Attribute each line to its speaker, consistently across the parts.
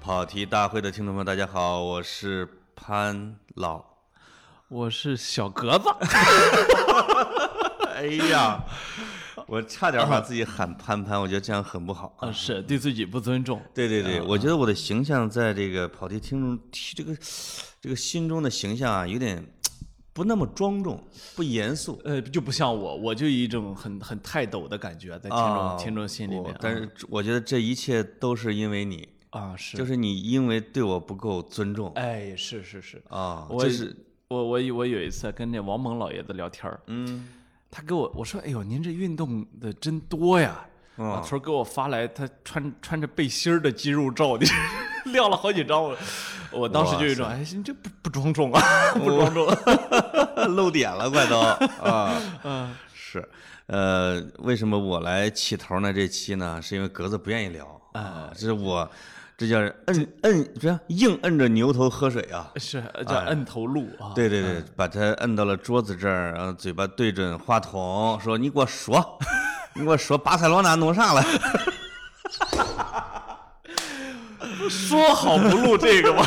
Speaker 1: 跑题大会的听众朋友，大家好，我是潘 老。
Speaker 2: 我是小格子，
Speaker 1: 哎呀，我差点把自己喊潘潘，我觉得这样很不好。
Speaker 2: 啊，是对自己不尊重。
Speaker 1: 对对对，我觉得我的形象在这个跑题听众听这个这个心中的形象啊，有点不那么庄重，不严肃
Speaker 2: 呃，就不像我，我就一种很很泰斗的感觉，在听众、
Speaker 1: 啊，
Speaker 2: 听众心里面
Speaker 1: 我。但是我觉得这一切都是因为你，
Speaker 2: 啊，是，
Speaker 1: 就是你因为对我不够尊重
Speaker 2: 哎，是是是，
Speaker 1: 啊，
Speaker 2: 我
Speaker 1: 这是
Speaker 2: 我我有我有一次跟那王蒙老爷子聊天儿，
Speaker 1: 嗯
Speaker 2: 他给我我说，哎呦，您这运动的真多呀。
Speaker 1: 嗯
Speaker 2: 老头儿给我发来他穿穿着背心儿的肌肉照，你 撂了好几张，我我当时就有一种，哎，你这不不庄重啊， 不庄重。
Speaker 1: 露点了，快 都啊，
Speaker 2: 嗯
Speaker 1: 是，呃，为什么我来起头呢？这期呢，是因为格子不愿意聊
Speaker 2: 哎
Speaker 1: 啊，这是我，这叫摁摁，这样硬摁着牛头喝水啊。
Speaker 2: 是叫摁头鹿啊，
Speaker 1: 对对对，把他摁到了桌子这儿，然后嘴巴对准话筒说：“你给我 说，你给我说巴塞罗那弄啥了？
Speaker 2: 说好不录这 个吗？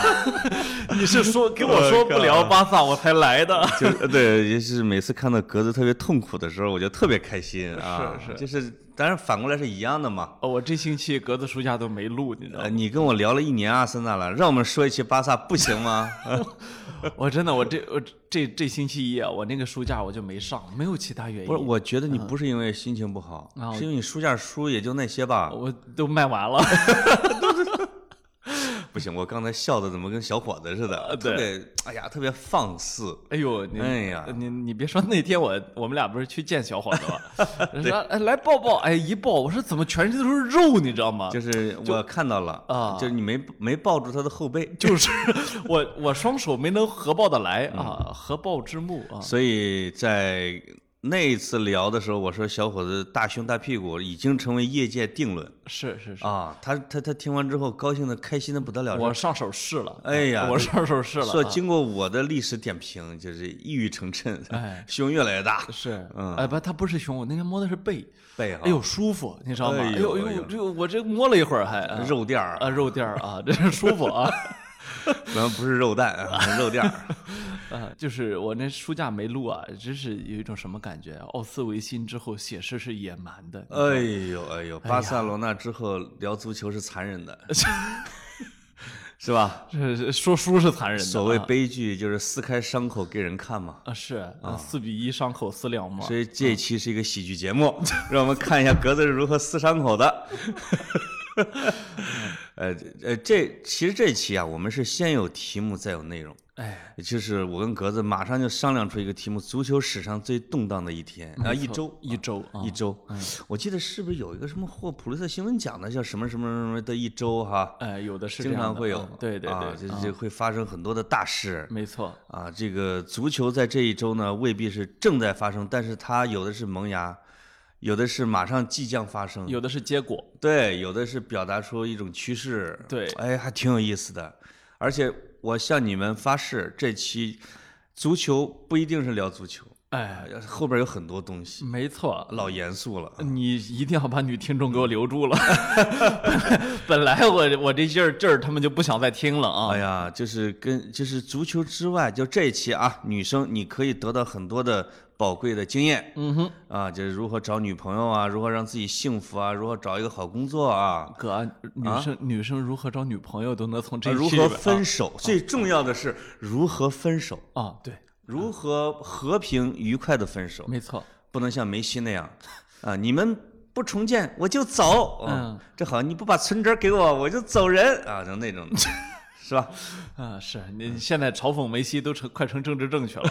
Speaker 2: 你是说跟我说不聊巴萨我才来的？”
Speaker 1: 就是对，也是每次看到格子特别痛苦的时候，我就特别开心啊。
Speaker 2: 是
Speaker 1: 就
Speaker 2: 是
Speaker 1: 是当然反过来是一样的嘛。
Speaker 2: 哦，我这星期格子暑假都没录，你知道
Speaker 1: 呃，
Speaker 2: 吗？
Speaker 1: 你跟我聊了一年阿森纳了，让我们说一期巴萨不行 吗？
Speaker 2: 哎我真的，我这我这这星期一啊，我那个暑假我就没上，没有其他原因。
Speaker 1: 不是，我觉得你不是因为心情不好，
Speaker 2: 啊哦
Speaker 1: 是因为你书架书也就那些吧。
Speaker 2: 我都卖完了。
Speaker 1: 不行，我刚才笑的怎么跟小伙子似的，特
Speaker 2: 啊对
Speaker 1: 别哎呀，特别放肆。
Speaker 2: 哎 呦，你
Speaker 1: 哎呀
Speaker 2: 你你别说，那天我我们俩不是去见小伙子 吗？人说哎来抱抱，哎一抱，我说怎么全身都是肉，你知道吗？
Speaker 1: 就是我看到了
Speaker 2: 啊
Speaker 1: 就是你没没抱住他的后背，
Speaker 2: 就是我我双手没能合抱的来啊，合抱之木啊。
Speaker 1: 所以在那一次聊的时候，我说小伙子大胸大屁股已经成为业界定论
Speaker 2: 是是是，
Speaker 1: 啊。他他他听完之后高兴的开心的不得了，
Speaker 2: 我上手试了，
Speaker 1: 哎呀
Speaker 2: 我上手试了
Speaker 1: 说
Speaker 2: 啊，
Speaker 1: 经过我的历史点评，就是一语成谶，
Speaker 2: 哎
Speaker 1: 胸越来越大，
Speaker 2: 是，
Speaker 1: 嗯
Speaker 2: 哎不，他不是胸，我那天摸的是背，
Speaker 1: 背哈
Speaker 2: 哎呦舒服，你知道吗？
Speaker 1: 哎
Speaker 2: 哎
Speaker 1: 呦
Speaker 2: 呦
Speaker 1: 哎
Speaker 2: 哎
Speaker 1: 呦
Speaker 2: 呦，这我这摸了一会儿还啊
Speaker 1: 肉垫儿
Speaker 2: 啊肉垫儿啊，这是舒 服啊
Speaker 1: 咱们不是肉 蛋啊，肉垫儿。
Speaker 2: 啊，就是我那书架没录啊，真是有一种什么感觉？啊奥斯维辛之后写诗是野蛮的，
Speaker 1: 哎呦哎呦，巴塞罗那之后聊足球是残忍 的，是吧？
Speaker 2: 这是说书是残忍的啊，
Speaker 1: 所谓悲剧就是撕开伤口给人看嘛。
Speaker 2: 啊是四比一伤口私了嘛
Speaker 1: 所，以这一期是一个喜剧节目，
Speaker 2: 嗯
Speaker 1: 让我们看一下格子是如何撕伤口 的。
Speaker 2: 嗯
Speaker 1: 呃呃，这其实这期啊，我们是先有题目再有内容，
Speaker 2: 哎
Speaker 1: 就是我跟格子马上就商量出一个题目：足球史上最动荡的一天啊，一周
Speaker 2: 一周啊
Speaker 1: 一周，我记得是不是有一个什么获普利策新闻奖的，叫什么什么什么的一周哈，
Speaker 2: 哎有的是这
Speaker 1: 经
Speaker 2: 样
Speaker 1: 常
Speaker 2: 的
Speaker 1: 会有
Speaker 2: 啊，对对
Speaker 1: 啊
Speaker 2: 对，嗯
Speaker 1: 这这会发生很多的大事
Speaker 2: 没错。
Speaker 1: 啊。这个足球在这一周呢，未必是正在发生，但是它有的是萌芽，有的是马上即将发生，
Speaker 2: 有的是结果，
Speaker 1: 对，有的是表达出一种趋势，
Speaker 2: 对
Speaker 1: 哎，还挺有意思的。而且我向你们发誓，这期足球不一定是聊足球，
Speaker 2: 哎，
Speaker 1: 后边有很多东西，
Speaker 2: 没错，
Speaker 1: 老严肃了。
Speaker 2: 你一定要把女听众给我留住了。 本来我我这劲儿劲儿，他们就不想再听了啊。
Speaker 1: 哎呀，就是跟就是足球之外，就这一期啊，女生你可以得到很多的宝贵的经验，嗯哼，啊，就是如何找女朋友啊，如何让自己幸福啊，如何找一个好工作啊，
Speaker 2: 哥，女生、女生如何找女朋友都能从这
Speaker 1: 如
Speaker 2: 期
Speaker 1: 何
Speaker 2: 里边
Speaker 1: 分手，最重要的是如何分手，
Speaker 2: 啊啊？对，
Speaker 1: 如何和平愉快的分手，
Speaker 2: 没错，
Speaker 1: 不能像梅西那样，啊，你们。不重建我就走，
Speaker 2: 嗯，
Speaker 1: 这好，你不把存折给我，我就走人啊，就那种 的，是吧？
Speaker 2: 啊，是你现在嘲讽梅西都成快成政治正确了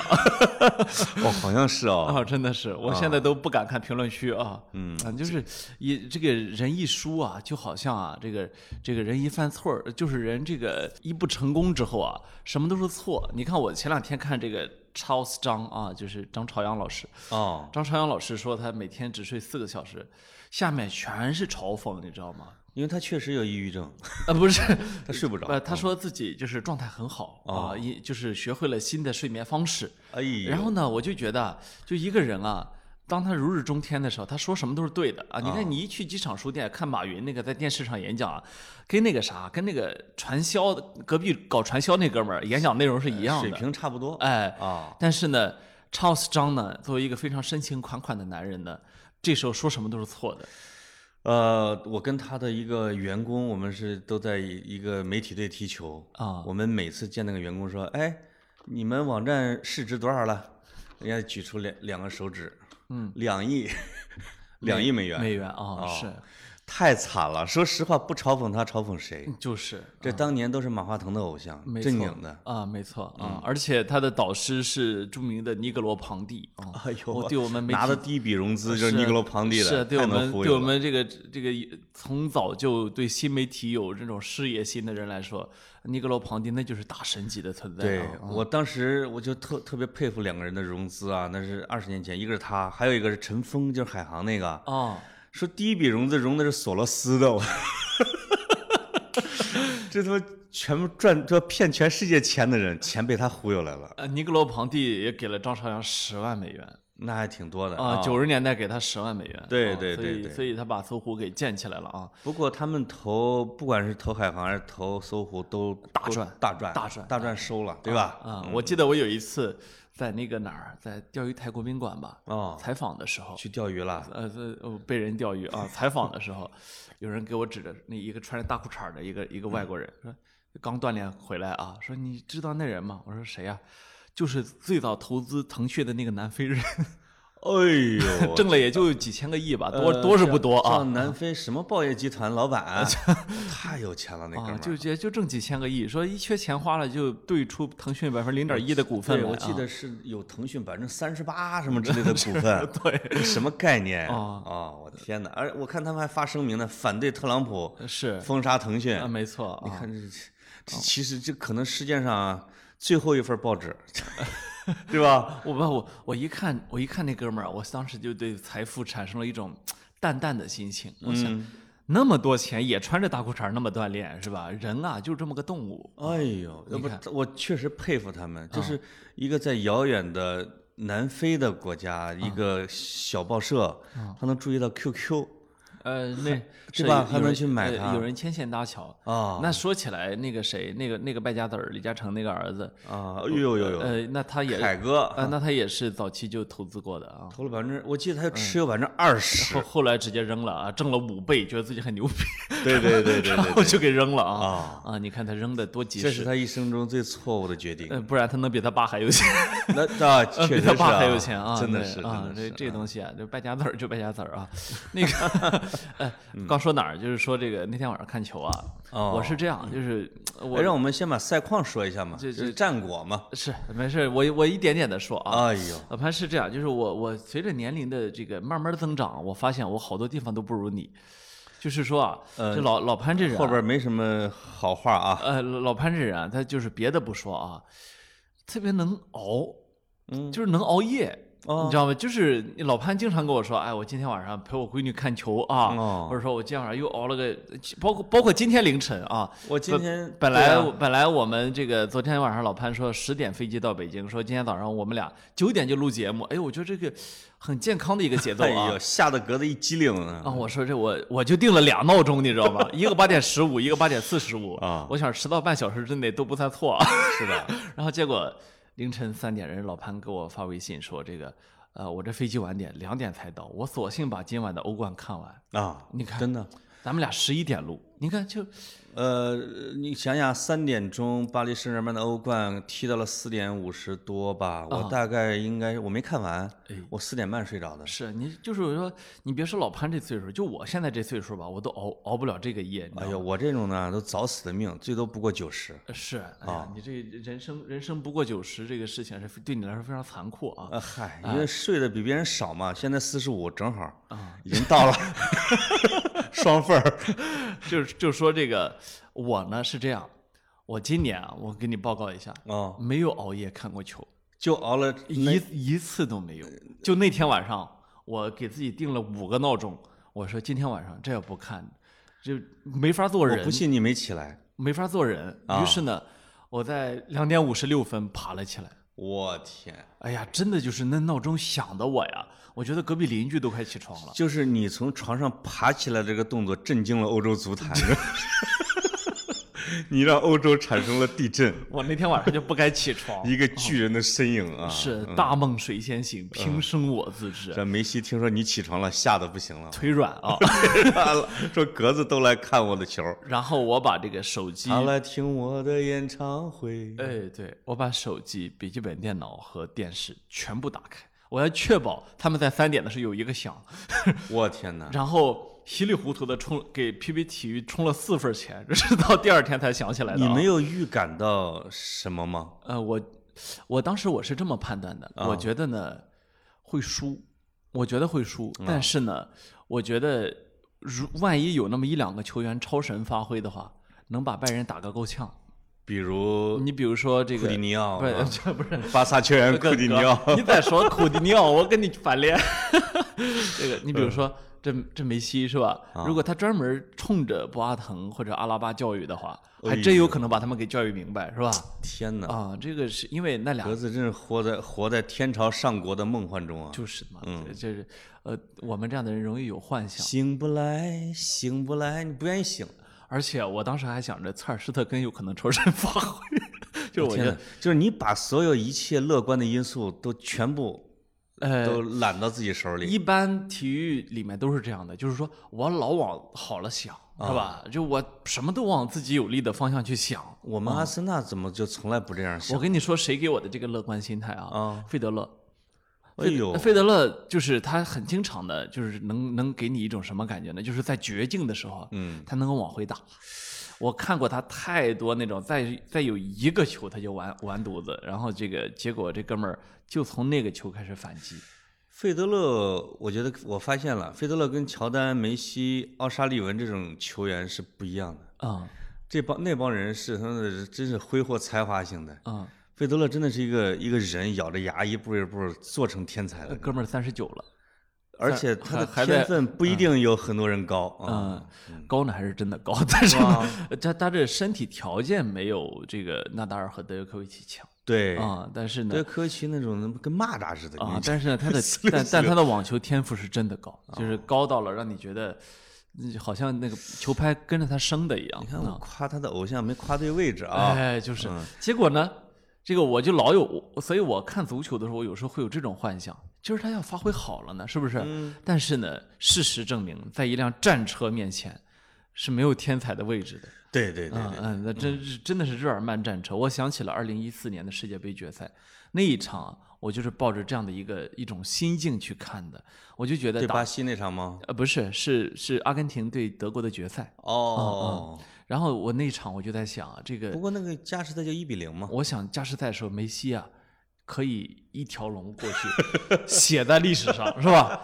Speaker 1: 哦，好像是哦，
Speaker 2: 啊！真的是，我现在都不敢看评论区啊。嗯啊，就是一这个人一输啊，就好像啊，这个这个人一犯错儿，就是人这个一不成功之后啊，什么都是错。你看我前两天看这个 Charles 张啊，就是张朝阳老师，
Speaker 1: 哦，
Speaker 2: 张朝阳老师说他每天只睡四个小时，下面全是嘲讽，你知道吗？
Speaker 1: 因为他确实有抑郁症，
Speaker 2: 啊，不 是，
Speaker 1: 他睡不着。
Speaker 2: 呃，他说自己就是状态很好啊，一就是学会了新的睡眠方式。
Speaker 1: 哎呦，
Speaker 2: 然后呢，我就觉得，就一个人啊，当他如日中天的时候，他说什么都是对的啊！你看，你一去机场书店看马云那个在电视上演讲啊，跟那个啥，跟那个传销的隔壁搞传销那哥们儿演讲内容是一样
Speaker 1: 水
Speaker 2: 的，
Speaker 1: 平差不多。
Speaker 2: 哎，
Speaker 1: 啊，
Speaker 2: 但是呢，Charles 张呢，作为一个非常深情款款的男人呢，这时候说什么都是错的。
Speaker 1: 呃，我跟他的一个员工，我们是都在一个媒体队踢球
Speaker 2: 啊
Speaker 1: 我们每次见那个员工说：“哎，你们网站市值多少了？”人家举出两两个手指，
Speaker 2: 嗯，
Speaker 1: 两亿，两亿美元，哦
Speaker 2: 美元啊、是
Speaker 1: 太惨了。说实话，不嘲讽他，嘲讽谁？
Speaker 2: 就是
Speaker 1: 这当年都是马化腾的偶像，
Speaker 2: 嗯没错
Speaker 1: 正经的。
Speaker 2: 啊，没错啊、
Speaker 1: 嗯
Speaker 2: 而且他的导师是著名的尼格罗庞蒂啊，
Speaker 1: 哎呦，
Speaker 2: 我对我们媒
Speaker 1: 拿
Speaker 2: 体
Speaker 1: 的第一笔融资就是尼格罗庞蒂的，
Speaker 2: 啊是对我
Speaker 1: 太能
Speaker 2: 们
Speaker 1: 忽
Speaker 2: 对
Speaker 1: 悠
Speaker 2: 我
Speaker 1: 了
Speaker 2: 们这个这个从早就对新媒体有这种事业心的人来说，尼格罗庞蒂那就是大神级的存在、啊。
Speaker 1: 对我当时我就特特别佩服两个人的融资啊，那是二十年前，一个是他，还有一个是陈峰，就是海航那个，
Speaker 2: 哦，
Speaker 1: 说第一笔融资融的是索罗斯的，我， 这他妈全部赚这骗全世界钱的人，钱被他忽悠来了，
Speaker 2: 呃，尼格罗庞蒂也给了张朝阳十万美元
Speaker 1: 那还挺多的
Speaker 2: 啊，九十、年代给他十万美元，
Speaker 1: 哦对
Speaker 2: 啊
Speaker 1: 对对
Speaker 2: 所
Speaker 1: 对
Speaker 2: 以所以他把搜狐给建起来了啊，
Speaker 1: 不过他们投，不管是投海航还是投搜狐，都
Speaker 2: 大
Speaker 1: 都
Speaker 2: 赚
Speaker 1: 大赚，
Speaker 2: 大赚
Speaker 1: 大赚收了，对吧？
Speaker 2: 啊，我记得我有一次在那个哪儿，在钓鱼台国宾馆吧，
Speaker 1: 哦，
Speaker 2: 采访的时候，
Speaker 1: 去钓鱼了，
Speaker 2: 呃，这呃被人钓鱼啊！采访的时候，有人给我指着那一个穿着大裤衩儿的一个一个外国人，说刚锻炼回来啊，说你知道那人吗？我说谁呀、就是最早投资腾讯的那个南非人，，
Speaker 1: 哎呦
Speaker 2: 挣了也就几千个亿吧，多
Speaker 1: 呃
Speaker 2: 多是
Speaker 1: 像
Speaker 2: 不多啊
Speaker 1: 像南非什么报业集团老板，太有钱了那哥们 儿。
Speaker 2: 啊，就也就挣几千个亿，说一缺钱花了就兑出腾讯百分之零点一的股份
Speaker 1: 对，
Speaker 2: 来啊，
Speaker 1: 我记得是有腾讯百分之三十八什么之类 的股份，对，什么概念啊？
Speaker 2: 啊
Speaker 1: 哦我的天哪！而我看他们还发声明呢，反对特朗普
Speaker 2: 是
Speaker 1: 封杀腾讯。
Speaker 2: 嗯啊，没错
Speaker 1: 你
Speaker 2: 啊，
Speaker 1: 看这，这 其实这可能世界上啊最后一份报纸， 对吧？
Speaker 2: 我不我我一看我一看那哥们儿，我当时就对财富产生了一种淡淡的心情。我想，
Speaker 1: 嗯
Speaker 2: 那么多钱也穿着大裤衩儿那么锻炼是吧？人啊就是这么个动物。
Speaker 1: 哎呦，要
Speaker 2: 你
Speaker 1: 不
Speaker 2: 看嗯
Speaker 1: 我确实佩服他们，就是一个在遥远的南非的国家，
Speaker 2: 嗯
Speaker 1: 一个小报社，他能注意到 QQ
Speaker 2: 呃，那
Speaker 1: 对吧
Speaker 2: 有
Speaker 1: 还能
Speaker 2: 人
Speaker 1: 去买
Speaker 2: 呃
Speaker 1: 它
Speaker 2: 有人牵线搭桥。
Speaker 1: 啊
Speaker 2: 那说起来，那个谁，那个那个败家子儿李嘉诚那个儿子，
Speaker 1: 啊，哎呦呦呦，
Speaker 2: 呃，那他也
Speaker 1: 凯哥
Speaker 2: 呃，那他也是早期就投资过的啊。
Speaker 1: 投了百分之，我记得他持有百分之二 十
Speaker 2: 后，后来直接扔了啊，挣了五倍，觉得自己很牛逼，
Speaker 1: 对对对对
Speaker 2: 然 后
Speaker 1: 对，
Speaker 2: 就给扔了啊啊！你看他扔的多及
Speaker 1: 这是
Speaker 2: 时，
Speaker 1: 他一生中最错误的决定。
Speaker 2: 呃，不然他能比他爸还有钱。
Speaker 1: 那那
Speaker 2: 呃，
Speaker 1: 确
Speaker 2: 比
Speaker 1: 实
Speaker 2: 他
Speaker 1: 是
Speaker 2: 爸
Speaker 1: 啊
Speaker 2: 还有钱啊！
Speaker 1: 真的
Speaker 2: 对
Speaker 1: 是，真
Speaker 2: 啊，
Speaker 1: 的
Speaker 2: 这
Speaker 1: 是。
Speaker 2: 这东西啊，就败家子儿就败家子儿啊。那 个，哎，刚说哪儿？就是说这个那天晚上看球啊，
Speaker 1: 嗯哦
Speaker 2: 我是这样，就是
Speaker 1: 哎
Speaker 2: 我
Speaker 1: 让我们先把赛况说一下嘛，
Speaker 2: 这
Speaker 1: 就
Speaker 2: 这
Speaker 1: 是战果嘛。
Speaker 2: 是没事，我我一点点的说啊。
Speaker 1: 哎呦，
Speaker 2: 呃，潘是这样，就是我我随着年龄的这个慢慢增长，我发现我好多地方都不如你，就是说啊，这老老潘这人啊
Speaker 1: 呃后边没什么好话啊。
Speaker 2: 呃，老老潘这人啊，他就是别的不说啊，特别能熬，
Speaker 1: 嗯
Speaker 2: 就是能熬夜，
Speaker 1: 哦
Speaker 2: 你知道吗？就是老潘经常跟我说，哎，我今天晚上陪我闺女看球啊，
Speaker 1: 哦
Speaker 2: 或者说我今天晚上又熬了个，包括包括今天凌晨啊。
Speaker 1: 我今天
Speaker 2: 本来、
Speaker 1: 对啊
Speaker 2: 本来我们这个昨天晚上老潘说十点飞机到北京，说今天早上我们俩九点就录节目，哎呦，我觉得这个很健康的一个节奏
Speaker 1: 哎
Speaker 2: 啊
Speaker 1: 呦，。吓得格子一激灵呢
Speaker 2: 啊，我说这我我就定了俩闹钟，你知道吗？一个八点十五，一个八点四十五
Speaker 1: 啊
Speaker 2: 我想迟到半小时之内都不算错。啊
Speaker 1: 是的，
Speaker 2: 然后结果凌晨三点，人老潘给我发微信说这个，呃，我这飞机晚点，两点才到，我索性把今晚的欧冠看完。
Speaker 1: 啊，
Speaker 2: 你看
Speaker 1: 真的，
Speaker 2: 咱们俩十一点录，你看就
Speaker 1: 呃，你想想，三点钟巴黎圣日耳曼的欧冠踢到了四点五十多吧，
Speaker 2: 啊
Speaker 1: 我大概应该我没看完，我四点半睡着的。
Speaker 2: 哎是啊你就是说，你别说老潘这岁数，就我现在这岁数吧，我都熬熬不了这个夜。你知道
Speaker 1: 哎
Speaker 2: 吗
Speaker 1: 呦，我这种呢都早死的命，最多不过九十。
Speaker 2: 呃是，
Speaker 1: 啊
Speaker 2: 哎呀，你这人生人生不过九十，这个事情是对你来说非常残酷啊。
Speaker 1: 呃，嗨，因为睡得比别人少嘛，现在四十五正好，
Speaker 2: 啊
Speaker 1: 已经到 了双份儿。
Speaker 2: 就是就说这个，我呢是这样，我今年啊，我给你报告一下，
Speaker 1: 哦，
Speaker 2: 没有熬夜看过球，
Speaker 1: 就熬了那
Speaker 2: 一一次都没有。就那天晚上，我给自己定了五个闹钟，我说今天晚上这要不看，就没法做
Speaker 1: 我
Speaker 2: 人
Speaker 1: 不，信你啊没起来，
Speaker 2: 没法做人。于是呢，我在两点五十六分爬了起来。
Speaker 1: 我天，
Speaker 2: 哎呀，真的就是那闹钟响的我呀，我觉得隔壁邻居都快起床了。
Speaker 1: 就是你从床上爬起来这个动作震惊了欧洲足坛， 你让欧洲产生了地震，，
Speaker 2: 我那天晚上就不该起床
Speaker 1: 一个巨人的身影啊！
Speaker 2: 哦
Speaker 1: 嗯
Speaker 2: 是大梦谁先醒，平生我自知，
Speaker 1: 这梅西听说你起床了，吓得不行了，
Speaker 2: 腿软啊。
Speaker 1: 说格子都来看我的球，
Speaker 2: 然后我把这个手机，
Speaker 1: 他来听我的演唱会。
Speaker 2: 哎，对我把手机、笔记本电脑和电视全部打开，我要确保他们在三点的时候有一个响。
Speaker 1: 我天哪！
Speaker 2: 然后稀里糊涂的充给 PP 体育充了四份钱，这是到第二天才想起来的、
Speaker 1: 你
Speaker 2: 啊。
Speaker 1: 没有预感到什么吗？
Speaker 2: 呃，我我当时我是这么判断的，
Speaker 1: 啊
Speaker 2: 我觉得呢会输，我觉得会输，
Speaker 1: 啊
Speaker 2: 但是呢，我觉得如万一有那么一两个球员超神发挥的话，能把拜仁打个够呛。
Speaker 1: 比如
Speaker 2: 你比如说这
Speaker 1: 呃库
Speaker 2: 个，
Speaker 1: 蒂尼奥
Speaker 2: 不
Speaker 1: 啊
Speaker 2: 是，嗯这不是
Speaker 1: 巴萨球员 库蒂尼奥，
Speaker 2: 哥你再说库蒂尼奥，我跟你翻脸。 这个，你比
Speaker 1: 嗯
Speaker 2: 如说这这梅西是吧？
Speaker 1: 啊
Speaker 2: 如果他专门冲着博阿滕或者阿拉巴教育的话，
Speaker 1: 哎
Speaker 2: 还真有可能把他们给教育明白，是吧？
Speaker 1: 天哪！
Speaker 2: 啊，这个是因为那俩
Speaker 1: 格子真是活在活在天朝上国的梦幻中啊！
Speaker 2: 就是嘛，这这是呃，我们这样的人容易有幻想。
Speaker 1: 醒不来，醒不来，你不愿意醒。
Speaker 2: 而且我当时还想着策尔施特根有可能超神发挥， 就是我觉
Speaker 1: 天
Speaker 2: 得
Speaker 1: 哪！就是你把所有一切乐观的因素都全部都揽到自己手里。
Speaker 2: 呃一般体育里面都是这样的，就是说我老往好了想，是
Speaker 1: 啊
Speaker 2: 吧？就我什么都往自己有利的方向去想。
Speaker 1: 我们阿森纳怎么就从来不这样
Speaker 2: 我
Speaker 1: 想？
Speaker 2: 跟你说，谁给我的这个乐观心态啊？
Speaker 1: 啊
Speaker 2: 费德勒，
Speaker 1: 哎呦，
Speaker 2: 费德勒就是他很经常的，就是能能给你一种什么感觉呢？就是在绝境的时候，
Speaker 1: 嗯，
Speaker 2: 他能够往回打。我看过他太多那种，再再有一个球他就完完犊子，然后这个结果这哥们儿就从那个球开始反击。
Speaker 1: 费德勒，我觉得我发现了，费德勒跟乔丹、梅西、奥沙利文这种球员是不一样的。
Speaker 2: 嗯
Speaker 1: 这帮那帮人是他妈的真是挥霍才华型的。
Speaker 2: 嗯，
Speaker 1: 费德勒真的是一个一个人咬着牙一步一步做成天才的，
Speaker 2: 呃哥们儿三十九了。
Speaker 1: 而且他的
Speaker 2: 还还在
Speaker 1: 天分不一定有很多人高啊。
Speaker 2: 嗯，高呢还是真的高， 但是呢，他他这身体条件没有这个纳达尔和德约科维奇强
Speaker 1: 对，
Speaker 2: 啊、但是
Speaker 1: 德
Speaker 2: 呢，
Speaker 1: 科维奇那种跟蚂蚱似的，
Speaker 2: 啊、
Speaker 1: 你
Speaker 2: 但是呢，他的但但他的网球天赋是真的高，
Speaker 1: 哦
Speaker 2: 就是高到了让你觉得嗯好像那个球拍跟着他生的一样。啊
Speaker 1: 看我夸他的偶像没夸对位置啊。
Speaker 2: 嗯哎，就是，结果呢，这个我就老有，所以我看足球的时候，我有时候会有这种幻想，就是他要发挥好了呢，是不是？
Speaker 1: 嗯
Speaker 2: 但是呢，事实证明，在一辆战车面前是没有天才的位置的。
Speaker 1: 对对对
Speaker 2: 嗯
Speaker 1: 对，
Speaker 2: 嗯，那真是真的是日耳曼战车。我想起了二零一四年的世界杯决赛那一场啊，我就是抱着这样的一个一种心境去看的。我就觉得
Speaker 1: 对
Speaker 2: 打
Speaker 1: 巴西那场吗？
Speaker 2: 呃不是是是阿根廷对德国的决赛，
Speaker 1: 哦，
Speaker 2: 然后我那一场我就在想啊，这
Speaker 1: 不
Speaker 2: 个
Speaker 1: 过那个加时赛就一比零嘛。
Speaker 2: 我想加时赛的时候梅西啊可以一条龙过去，写在历史上是吧？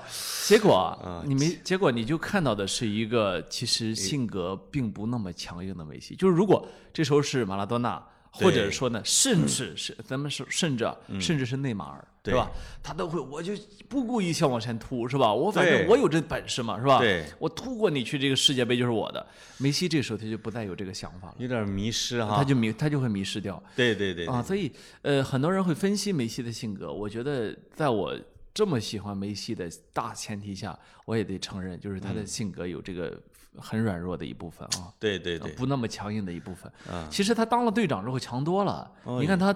Speaker 2: 结果啊，你没结果你就看到的是一个其实性格并不那么强硬的梅西，就是如果这时候是马拉多纳。或者
Speaker 1: 对嗯
Speaker 2: 说呢，甚至是咱们是甚至啊甚至是内马尔，
Speaker 1: 对
Speaker 2: 是吧？他都会，我就不故意想往前突，是吧？我反正
Speaker 1: 对
Speaker 2: 我有这本事嘛，是吧？
Speaker 1: 对，
Speaker 2: 我突过你去，这个世界杯就是我的。梅西这时候他就不再有这个想法了，
Speaker 1: 有点迷失
Speaker 2: 他
Speaker 1: 哈，
Speaker 2: 就迷，他就会迷失掉。
Speaker 1: 对对对，
Speaker 2: 啊，所以呃，很多人会分析梅西的性格。我觉得，在我这么喜欢梅西的大前提下，我也得承认，就是他
Speaker 1: 嗯
Speaker 2: 的性格有这个很软弱的一部分啊，
Speaker 1: 对对对，嗯
Speaker 2: 不那么强硬的一部分。其实他当了队长之后强多了。
Speaker 1: 哦
Speaker 2: 你看他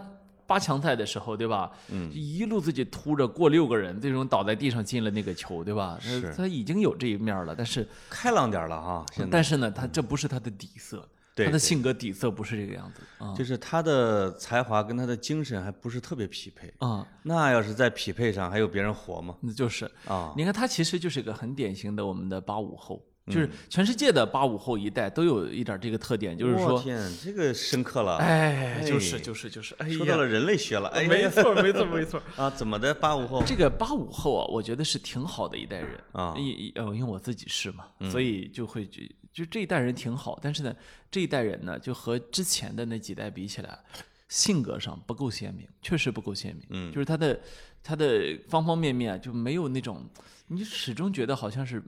Speaker 2: 八强赛的时候，对吧？嗯，一路自己突着过六个人，最终倒在地上进了那个球，对吧？他
Speaker 1: 是
Speaker 2: 他已经有这一面了，但是
Speaker 1: 开朗点了哈，现在。
Speaker 2: 但是呢，他这不是他的底色，
Speaker 1: 对
Speaker 2: 嗯他
Speaker 1: 对
Speaker 2: 的性格底色不是这个样子啊
Speaker 1: 就是他的才华跟他的精神还不是特别匹配。
Speaker 2: 啊。
Speaker 1: 那要是再匹配上，还有别人活吗？
Speaker 2: 那就是
Speaker 1: 啊，
Speaker 2: 你看他其实就是一个很典型的我们的八五后，就是全世界的八五后一代都有一点这个特点，就是
Speaker 1: 我
Speaker 2: 说，
Speaker 1: 天，这个深刻了，
Speaker 2: 哎，就是
Speaker 1: 哎
Speaker 2: 就是就是，哎
Speaker 1: 说到了
Speaker 2: 呀，
Speaker 1: 人类学了，哎呀，
Speaker 2: 没错没错没错。
Speaker 1: 啊，怎么的？八五后
Speaker 2: 这个八五后啊，我觉得是挺好的一代人
Speaker 1: 啊
Speaker 2: 因呃，因为我自己是嘛，所以就会觉就这一代人挺好，但是呢，这一代人呢，就和之前的那几代比起来，性格上不够鲜明，确实不够鲜明，嗯，就是他的他的方方面面就没有那种，你始终觉得好像是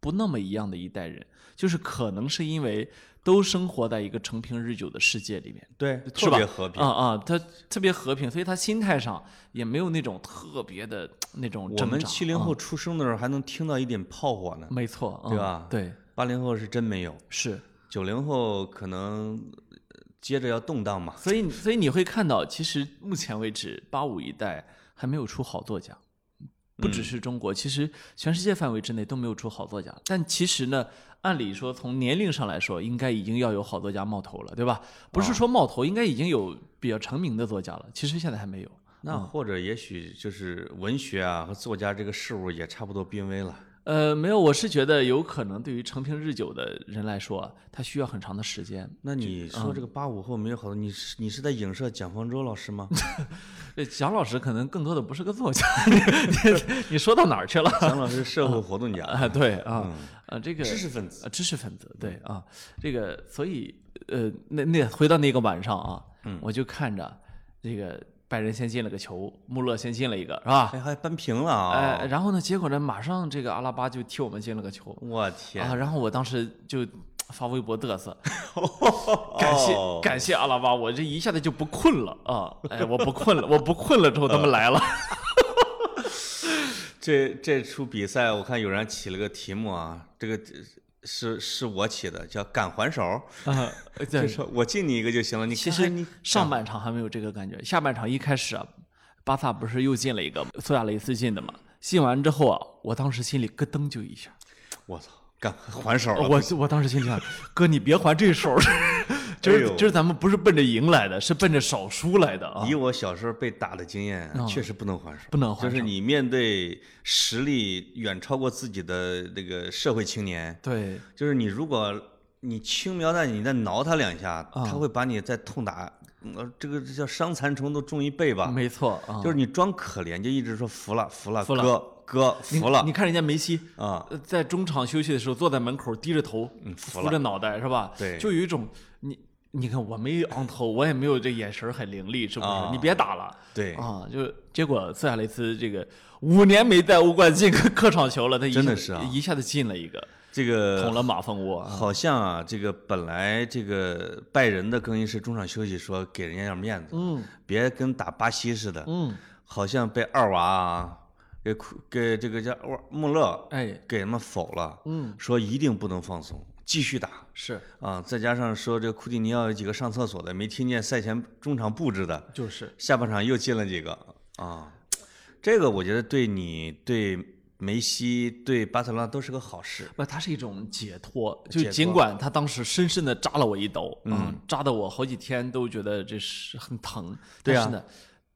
Speaker 2: 不那么一样的一代人，就是可能是因为都生活在一个成平日久的世界里面，
Speaker 1: 对，
Speaker 2: 是
Speaker 1: 特
Speaker 2: 吧
Speaker 1: 别和平
Speaker 2: 啊。啊、他特别和平，所以他心态上也没有那种特别的那种挣
Speaker 1: 我
Speaker 2: 扎。
Speaker 1: 们七零
Speaker 2: 啊
Speaker 1: 后出生的时候还能听到一点炮火呢，
Speaker 2: 没错，
Speaker 1: 对
Speaker 2: 嗯
Speaker 1: 吧
Speaker 2: 对，
Speaker 1: 八零后是真没有，
Speaker 2: 是。
Speaker 1: 九零后可能呃接着要动荡嘛。
Speaker 2: 所以，所以你会看到，其实目前为止，八五一代还没有出好作家，不
Speaker 1: 嗯
Speaker 2: 只是中国，其实全世界范围之内都没有出好作家。但其实呢，按理说从年龄上来说，应该已经要有好作家冒头了，对吧？不
Speaker 1: 啊
Speaker 2: 是说冒头，应该已经有比较成名的作家了。其实现在还没有。
Speaker 1: 那
Speaker 2: 嗯
Speaker 1: 或者也许就是文学啊和作家这个事物也差不多濒危了。
Speaker 2: 呃，没有，我是觉得有可能对于成平日久的人来说啊，他需要很长的时间。
Speaker 1: 那你说这
Speaker 2: 嗯
Speaker 1: 个八五后没有好多，你是你是在影射蒋方舟老师 吗？
Speaker 2: 这呃蒋老师可能更多的不是个作家，你 你你说到哪儿去了？
Speaker 1: 蒋老师是社会活动家，
Speaker 2: 啊，对啊，啊，这个
Speaker 1: 嗯知识分子。嗯
Speaker 2: 啊，知识分子，对啊，这个，所以呃，那那回到那个晚上啊，
Speaker 1: 嗯
Speaker 2: 我就看着这个拜仁先进了个球，穆勒先进了一个，是吧？
Speaker 1: 哎，还扳平了啊！
Speaker 2: 哎，然后呢，结果呢，马上这个阿拉巴就替我们进了个球
Speaker 1: 我天，
Speaker 2: 啊，然后我当时就发微博嘚瑟，感谢
Speaker 1: 哦
Speaker 2: 感谢阿拉巴，我这一下子就不困了啊，哎，我 不困了，我不困了之后他们来了，
Speaker 1: 这这出比赛，我看有人起了个题目啊，这个是是我起的，叫“敢还手
Speaker 2: 啊，”，
Speaker 1: 哦 就
Speaker 2: 对，
Speaker 1: 说我进你一个就行了。你
Speaker 2: 其
Speaker 1: 看
Speaker 2: 实
Speaker 1: 看你
Speaker 2: 上半场还没有这个感觉，下半场一开始啊，巴萨不是又进了一个苏亚雷斯进的嘛？进完之后啊，我当时心里咯噔就一下，
Speaker 1: 我操，敢还手了！
Speaker 2: 哦我我当时心里想，哥你别还 这手，就是
Speaker 1: 哎呦
Speaker 2: 就是咱们不是奔着赢来的，是奔着少输来的啊。
Speaker 1: 以我小时候被打的经验，确实不能还手，
Speaker 2: 哦不能还手
Speaker 1: 就是你面对实力远超过自己的那个社会青年，
Speaker 2: 对，
Speaker 1: 就是你如果你轻描淡写，你再挠他两下，
Speaker 2: 啊
Speaker 1: 他会把你再痛打，呃，这个这叫伤残程度重一倍吧？
Speaker 2: 没错啊。
Speaker 1: 就是你装可怜，就一直说服了，服了，
Speaker 2: 服了
Speaker 1: 哥哥服了
Speaker 2: 你看人家梅西
Speaker 1: 啊，
Speaker 2: 呃在中场休息的时候坐在门口低着头，
Speaker 1: 嗯服
Speaker 2: 扶着脑袋是吧？
Speaker 1: 对
Speaker 2: 就有一种你你看我没昂 头，我也没有这眼神儿很凌厉，是不是？
Speaker 1: 啊
Speaker 2: 你别打了。
Speaker 1: 对，
Speaker 2: 啊，就是结果苏亚雷斯这个五年没在欧冠进 个客场球了，他一
Speaker 1: 真的
Speaker 2: 下子
Speaker 1: 是啊
Speaker 2: 一下子进了一个，
Speaker 1: 这个
Speaker 2: 捅了马蜂窝啊。
Speaker 1: 好像啊，这个本来这个拜仁的更衣室中场休息说给人家点面子，嗯，别跟打巴西似的，
Speaker 2: 嗯，
Speaker 1: 好像被二娃啊给库给这个叫沃穆勒
Speaker 2: 哎，
Speaker 1: 给他们否了，
Speaker 2: 嗯，
Speaker 1: 说一定不能放松，继续打。
Speaker 2: 是，
Speaker 1: 啊，再加上说这库蒂尼奥有几个上厕所的，没听见赛前中场布置的，
Speaker 2: 就是
Speaker 1: 下半场又进了几个啊。这个我觉得对你、对梅西、对巴塞罗那都是个好事。
Speaker 2: 不，它是一种解脱，
Speaker 1: 解
Speaker 2: 就
Speaker 1: 脱
Speaker 2: 尽管他当时深深的扎了我一刀，嗯，扎的我好几天都觉得这是很疼，
Speaker 1: 对
Speaker 2: 但
Speaker 1: 啊
Speaker 2: 是呢，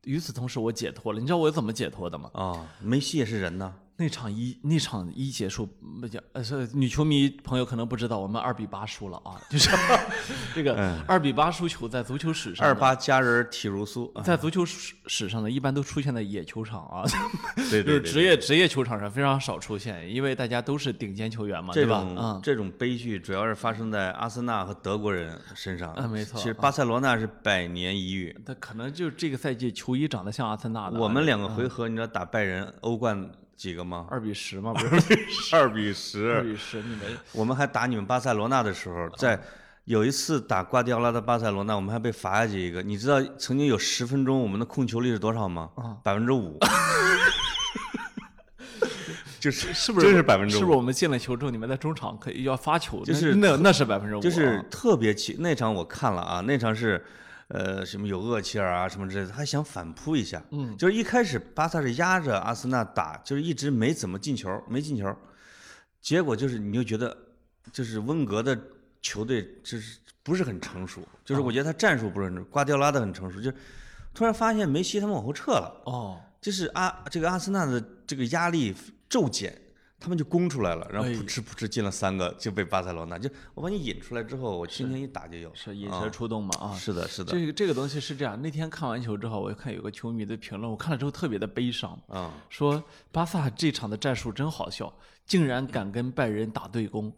Speaker 2: 与此同时我解脱了，你知道我怎么解脱的吗？
Speaker 1: 啊、梅西也是人呐，
Speaker 2: 那场一那场一结束，不讲呃，是女球迷朋友可能不知道，我们二比八输了啊，就是 这
Speaker 1: 嗯
Speaker 2: 个二比八输球在足球史上
Speaker 1: 二
Speaker 2: 呢
Speaker 1: 八佳人体如酥 啊！
Speaker 2: 在足球史史上呢，一般都出现在野球场啊，
Speaker 1: 对
Speaker 2: 就是职
Speaker 1: 业
Speaker 2: 业职业球场上非常少出现，因为大家都是顶尖球员嘛，
Speaker 1: 这
Speaker 2: 对吧？
Speaker 1: 种、
Speaker 2: 嗯，
Speaker 1: 这种悲剧主要是发生在阿森纳和德国人身上。
Speaker 2: 啊没错
Speaker 1: 其实巴塞罗那是百年一遇。
Speaker 2: 他可能就这个赛季球衣长得像阿森纳的，
Speaker 1: 我们两个回合，你知道打拜仁欧冠几个吗？
Speaker 2: 二比十嘛，不是
Speaker 1: 二比
Speaker 2: 二
Speaker 1: 十。
Speaker 2: 比十，你们
Speaker 1: 我们还打你们巴塞罗那的时
Speaker 2: 啊
Speaker 1: 候，在有一次打瓜迪奥拉的巴塞罗那，我们还被罚下去一个。你知道曾经有十分钟我们的控球率是多少吗？
Speaker 2: 啊
Speaker 1: 百分之五。 就是
Speaker 2: 是不是
Speaker 1: 真是百分之
Speaker 2: 是
Speaker 1: 五
Speaker 2: 不？是我们进了球之后，你们在中场可以要发球，
Speaker 1: 就
Speaker 2: 那
Speaker 1: 是
Speaker 2: 那那是百分之五，啊
Speaker 1: 就是特别气。那场我看了啊，那场是，呃，什么有厄齐尔啊什么之类的，他想反扑一下。嗯，就是一开始巴萨是压着阿森纳打，就是一直没怎么进球，没进球。结果就是你就觉得，就是温格的球队就是不是很成熟，就是我觉得他战术不是很成熟，瓜迪奥拉的很成熟，就是突然发现梅西他们往后撤了。
Speaker 2: 哦，
Speaker 1: 就是阿这个阿森纳的这个压力骤减，他们就攻出来了，然后
Speaker 2: 哎
Speaker 1: 扑哧扑哧进了三个，就被巴塞罗那就我把你引出来之后，我今天一打就有。
Speaker 2: 是引蛇出洞嘛啊，
Speaker 1: 是的，是的，
Speaker 2: 这个这个东西是这样，那天看完球之后，我就看有个球迷的评论，我看了之后特别的悲伤，
Speaker 1: 啊、
Speaker 2: 说巴萨这场的战术真好笑，竟然敢跟拜仁打对攻。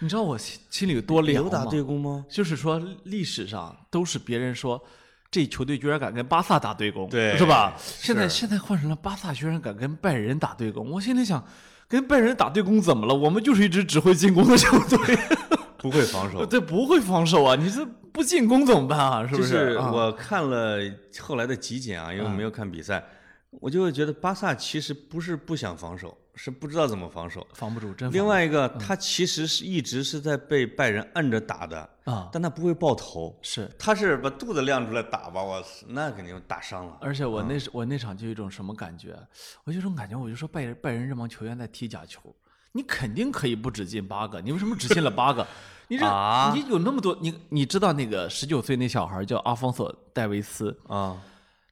Speaker 2: 你知道我心心里有多凉
Speaker 1: 有打
Speaker 2: 吗？
Speaker 1: 对攻 吗？
Speaker 2: 就是说历史上都是别人说这球队居然敢跟巴萨打对攻，
Speaker 1: 对
Speaker 2: 是吧？
Speaker 1: 是
Speaker 2: 现在现在换成了巴萨居然敢跟拜仁打对攻，我心里想，跟拜仁人打对攻怎么了？我们就是一支只会进攻的球队，
Speaker 1: 不会防守。
Speaker 2: 对，不会防守啊！你这不进攻怎么办啊？是不？
Speaker 1: 就是
Speaker 2: 啊
Speaker 1: 我看了后来的集锦啊，因为我没有看比赛，我就会觉得巴萨其实不是不想防守，是不知道怎么防守。
Speaker 2: 防嗯不住，真防
Speaker 1: 另外一个，他其实是一直是在被拜仁按着打的，
Speaker 2: 啊
Speaker 1: 但他不会爆头，
Speaker 2: 是。
Speaker 1: 他是把肚子亮出来打吧，我那肯定打伤了。
Speaker 2: 而且我那时我那场就有一种什么感觉，我就有一种感觉，我就说拜仁拜仁这帮球员在踢假球，你肯定可以不只进八个，你为什么只进了八个？ 你这、
Speaker 1: 啊
Speaker 2: 你有那么多，你你知道那个十九岁那小孩叫阿方索·戴维斯，
Speaker 1: 啊，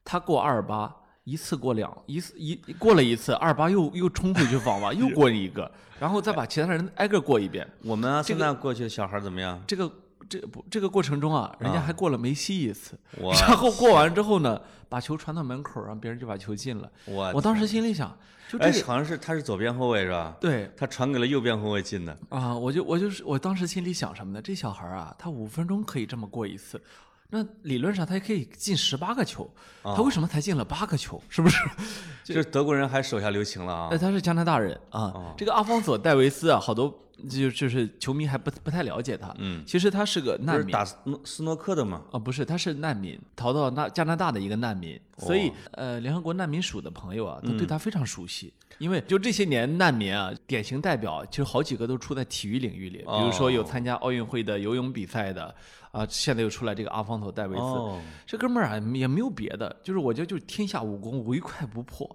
Speaker 2: 他过二八。一次过两一次一过了一次二八又又冲回去防吧，又过一个，然后再把其他人挨个过一遍。
Speaker 1: 我们阿森纳过去的小孩怎么样？
Speaker 2: 这个这不这个过程中啊，人家还过了梅西一次，
Speaker 1: 哇
Speaker 2: 然后过完之后呢，把球传到门口，让别人就把球进了。
Speaker 1: 我
Speaker 2: 我当时心里想，就这
Speaker 1: 哎，
Speaker 2: 个、
Speaker 1: 好像是他是左边后卫是吧？
Speaker 2: 对
Speaker 1: 他传给了右边后卫进的。
Speaker 2: 啊，我就我就是我当时心里想什么呢？这小孩啊，他五分钟可以这么过一次。那理论上他也可以进十八个球，他为什么才进了八个球？ 是不是？哎
Speaker 1: 就是德国人还手下留情了啊
Speaker 2: 那！他是加拿大人啊。这个阿方索·戴维斯啊，好多就就是球迷还不不太了解他。嗯，其实他是个
Speaker 1: 不
Speaker 2: 难
Speaker 1: 是
Speaker 2: 民，
Speaker 1: 打斯诺斯诺克的吗？
Speaker 2: 啊、不是，他是难民，逃到那加拿大的一个难民，所
Speaker 1: 哦
Speaker 2: 以呃，联合国难民署的朋友啊，
Speaker 1: 嗯
Speaker 2: 都对他非常熟悉，因为就这些年难民啊，典型代表其实好几个都出在体育领域里，比如说
Speaker 1: 哦
Speaker 2: 有参加奥运会的游泳比赛的，啊、现在又出来这个阿方索·戴维斯，
Speaker 1: 哦
Speaker 2: 这哥们儿啊也没有别的，就是我觉得就是天下武功唯快不破。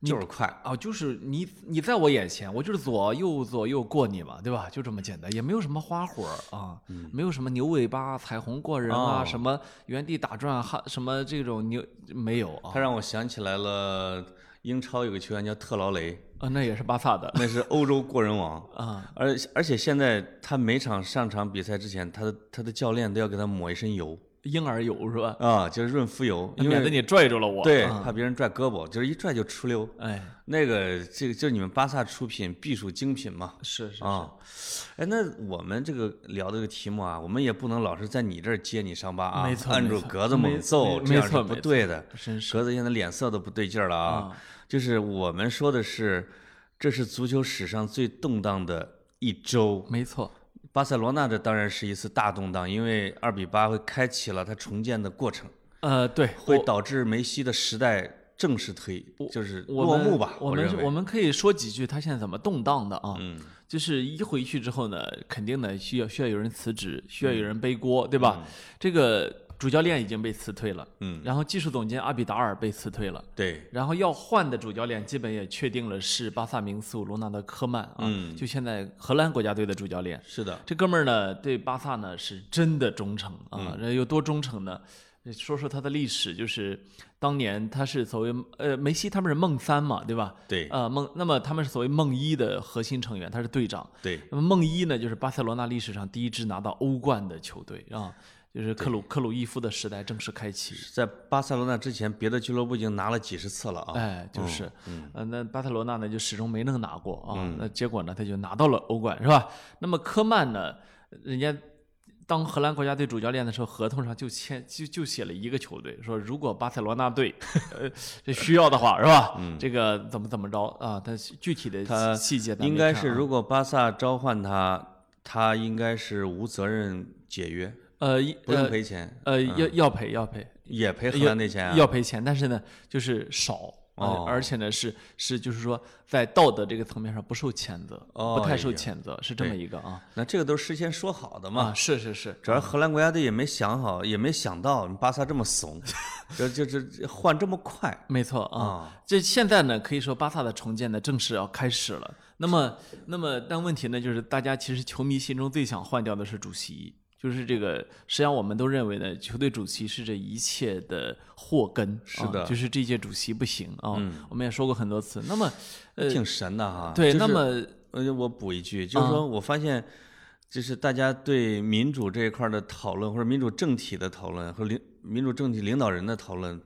Speaker 2: 你
Speaker 1: 就是快，
Speaker 2: 啊，就是你，你在我眼前，我就是左右左右过你嘛，对吧？就这么简单，也没有什么花活儿啊，没有什么牛尾巴、彩虹过人啊，
Speaker 1: 嗯哦
Speaker 2: 什么原地打转哈，什么这种牛没有啊
Speaker 1: 他。让我想起来了，英超有个球员叫特劳 雷，
Speaker 2: 啊，那也是巴萨的。
Speaker 1: 那是欧洲过人王
Speaker 2: 啊，
Speaker 1: 而而且现在他每场上场比赛之前，他的他的教练都要给他抹一身油
Speaker 2: 婴儿油是吧？
Speaker 1: 啊，就是润肤油，因
Speaker 2: 免得
Speaker 1: 为
Speaker 2: 你拽住了我。
Speaker 1: 对
Speaker 2: 啊
Speaker 1: 怕别人拽胳膊，就是一拽就出溜。
Speaker 2: 哎，
Speaker 1: 那个这个就是你们巴萨出品必属精品嘛，
Speaker 2: 是是，
Speaker 1: 啊，哎，那我们这个聊这个题目啊，我们也不能老是在你这儿揭你伤疤啊，
Speaker 2: 没错
Speaker 1: 按
Speaker 2: 没
Speaker 1: 住
Speaker 2: 错
Speaker 1: 格子
Speaker 2: 没
Speaker 1: 猛揍，
Speaker 2: 没
Speaker 1: 这样
Speaker 2: 没
Speaker 1: 是
Speaker 2: 错
Speaker 1: 不
Speaker 2: 没
Speaker 1: 对的。
Speaker 2: 真是
Speaker 1: 格子现在脸色都不对劲儿了啊，就是我们说的是，这是足球史上最动荡的一周。
Speaker 2: 没错，
Speaker 1: 巴塞罗那这当然是一次大动荡，因为二比八会开启了它重建的过程，
Speaker 2: 呃，对，
Speaker 1: 会导致梅西的时代正式推，就是
Speaker 2: 我
Speaker 1: 落幕
Speaker 2: 们
Speaker 1: 吧。
Speaker 2: 我
Speaker 1: 我
Speaker 2: 们
Speaker 1: 认
Speaker 2: 是
Speaker 1: 为
Speaker 2: 我们可以说几句他现在怎么动荡的啊？嗯，就是一回去之后呢，肯定呢需要需要有人辞职，需要
Speaker 1: 嗯
Speaker 2: 有人背锅，对吧？这个主教练已经被辞退了，
Speaker 1: 嗯，
Speaker 2: 然后技术总监阿比达尔被辞退了。
Speaker 1: 对
Speaker 2: 然后要换的主教练基本也确定了，是巴萨名宿罗纳德·科曼啊，
Speaker 1: 嗯
Speaker 2: 就现在荷兰国家队的主教练。
Speaker 1: 是的，
Speaker 2: 这哥们儿呢，对巴萨呢是真的忠诚啊，这有多忠诚呢？说说他的历史，就是当年他是所谓呃梅西他们是梦三嘛，对吧？
Speaker 1: 对
Speaker 2: 呃梦，那么他们是所谓梦一的核心成员，他是队长。
Speaker 1: 对
Speaker 2: 那么梦一呢，就是巴塞罗那历史上第一支拿到欧冠的球队啊，就是克鲁克鲁伊夫的时代正式开启。
Speaker 1: 在巴塞罗那之前，别的俱乐部已经拿了几十次了啊。嗯
Speaker 2: 哎，就是，呃，那巴塞罗那呢就始终没能拿过啊，那结果呢他就拿到了欧冠，是吧？那么科曼呢，人家当荷兰国家队主教练的时候，合同上就签就就写了一个球队，说如果巴塞罗那队 呃这需要的话，是吧？这个怎么怎么着啊？但是具体
Speaker 1: 嗯他
Speaker 2: 的细节咱没
Speaker 1: 应该
Speaker 2: 看
Speaker 1: 是，
Speaker 2: 啊
Speaker 1: 如果巴萨召唤他，他应该是无责任解约，
Speaker 2: 呃
Speaker 1: 不用
Speaker 2: 呃
Speaker 1: 赔嗯钱，
Speaker 2: 呃要要赔要赔，
Speaker 1: 也赔荷兰那钱啊。
Speaker 2: 要赔钱，但是呢，就是少。呃
Speaker 1: 哦
Speaker 2: 而且呢，是是，就是说，在道德这个层面上不受谴责，
Speaker 1: 哦
Speaker 2: 不太受
Speaker 1: 哎呀
Speaker 2: 谴责，是这么一个啊
Speaker 1: 那这个都是事先说好的嘛
Speaker 2: 啊，。是是是，
Speaker 1: 主要荷兰国家队也没想好，也没想到巴萨这么 怂，这这这换这么快。
Speaker 2: 没错
Speaker 1: 哦
Speaker 2: 啊。这现在呢，可以说巴萨的重建呢正式要开始了。那么，那么，但问题呢，就是大家其实球迷心中最想换掉的是主席，就是这个。实际上，我们都认为呢，球队主席是这一切的祸根，
Speaker 1: 是
Speaker 2: 啊
Speaker 1: 的
Speaker 2: 就是这届主席不行啊。我们也说过很多次。那么，呃，
Speaker 1: 挺神的哈。
Speaker 2: 对，
Speaker 1: 就
Speaker 2: 那
Speaker 1: 是
Speaker 2: 么
Speaker 1: 呃，我补一句，
Speaker 2: 嗯
Speaker 1: 就是说我发现，就是大家对民主这一块儿的讨论，或者民主政体的讨论，和领民主政体领导人的讨论，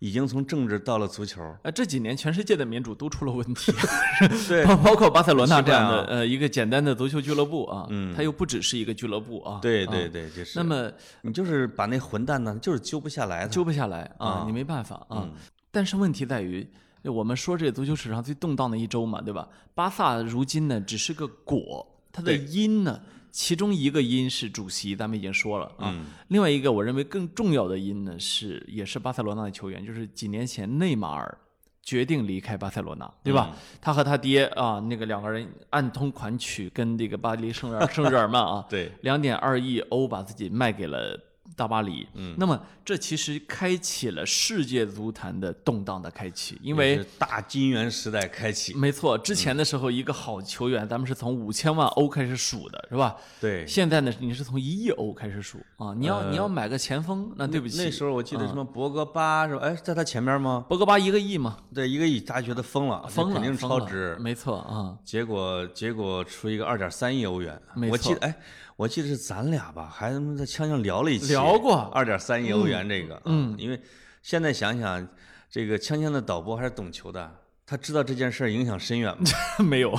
Speaker 1: 已经从政治到了足球。
Speaker 2: 呃，这几年全世界的民主都出了问题，啊
Speaker 1: 对啊
Speaker 2: 包包括巴塞罗那这样的、
Speaker 1: 很奇
Speaker 2: 呃一个简单的足球俱乐部啊，它又不只是一个俱乐部啊，
Speaker 1: 嗯对
Speaker 2: 啊
Speaker 1: 对对，就是。
Speaker 2: 那么
Speaker 1: 你就是把那混蛋呢，就是揪不下来的。嗯
Speaker 2: 揪不下来啊，你没办法啊。但是问题在于，我们说这足球史上最动荡的一周嘛，对吧？巴萨如今呢只是个果，它的
Speaker 1: 对
Speaker 2: 因呢，其中一个因是主席，咱们已经说了啊。
Speaker 1: 嗯
Speaker 2: 另外一个我认为更重要的因呢是，也是巴塞罗那的球员，就是几年前内马尔。决定离开巴塞罗那，对吧？
Speaker 1: 嗯
Speaker 2: 他和他爹啊，那个两个人暗通款曲，跟这个巴黎圣日耳圣日耳曼啊，
Speaker 1: 对，
Speaker 2: 两点二亿欧把自己卖给了大巴黎。嗯，那么这其实开启了世界足坛的动荡的开启，因为嗯
Speaker 1: 也是大金元时代开启，嗯
Speaker 2: 没错，之前的时候一个好球员，咱们是从五千万欧开始数的，是吧？
Speaker 1: 对，呃
Speaker 2: 现在呢，你是从一亿欧开始数啊！你要、你要买个前锋，那对不起，嗯
Speaker 1: 那时候我记得什么博格巴是吧？哎，在他前面吗？
Speaker 2: 博格巴一个亿嘛，
Speaker 1: 对，一个亿，大家觉得疯了，
Speaker 2: 疯了，
Speaker 1: 啊肯定
Speaker 2: 疯了
Speaker 1: 超值。
Speaker 2: 没错啊，
Speaker 1: 结果结果出一个二点三亿欧元
Speaker 2: 没，
Speaker 1: 我
Speaker 2: 错
Speaker 1: 记得哎，我记得是咱俩吧，还他妈在锵锵聊了一期，
Speaker 2: 聊过
Speaker 1: 二点三亿欧元这个，嗯，因为现在想想，这个锵锵的导播还是懂球的，他知道这件事儿影响深远 嘛，
Speaker 2: 没有，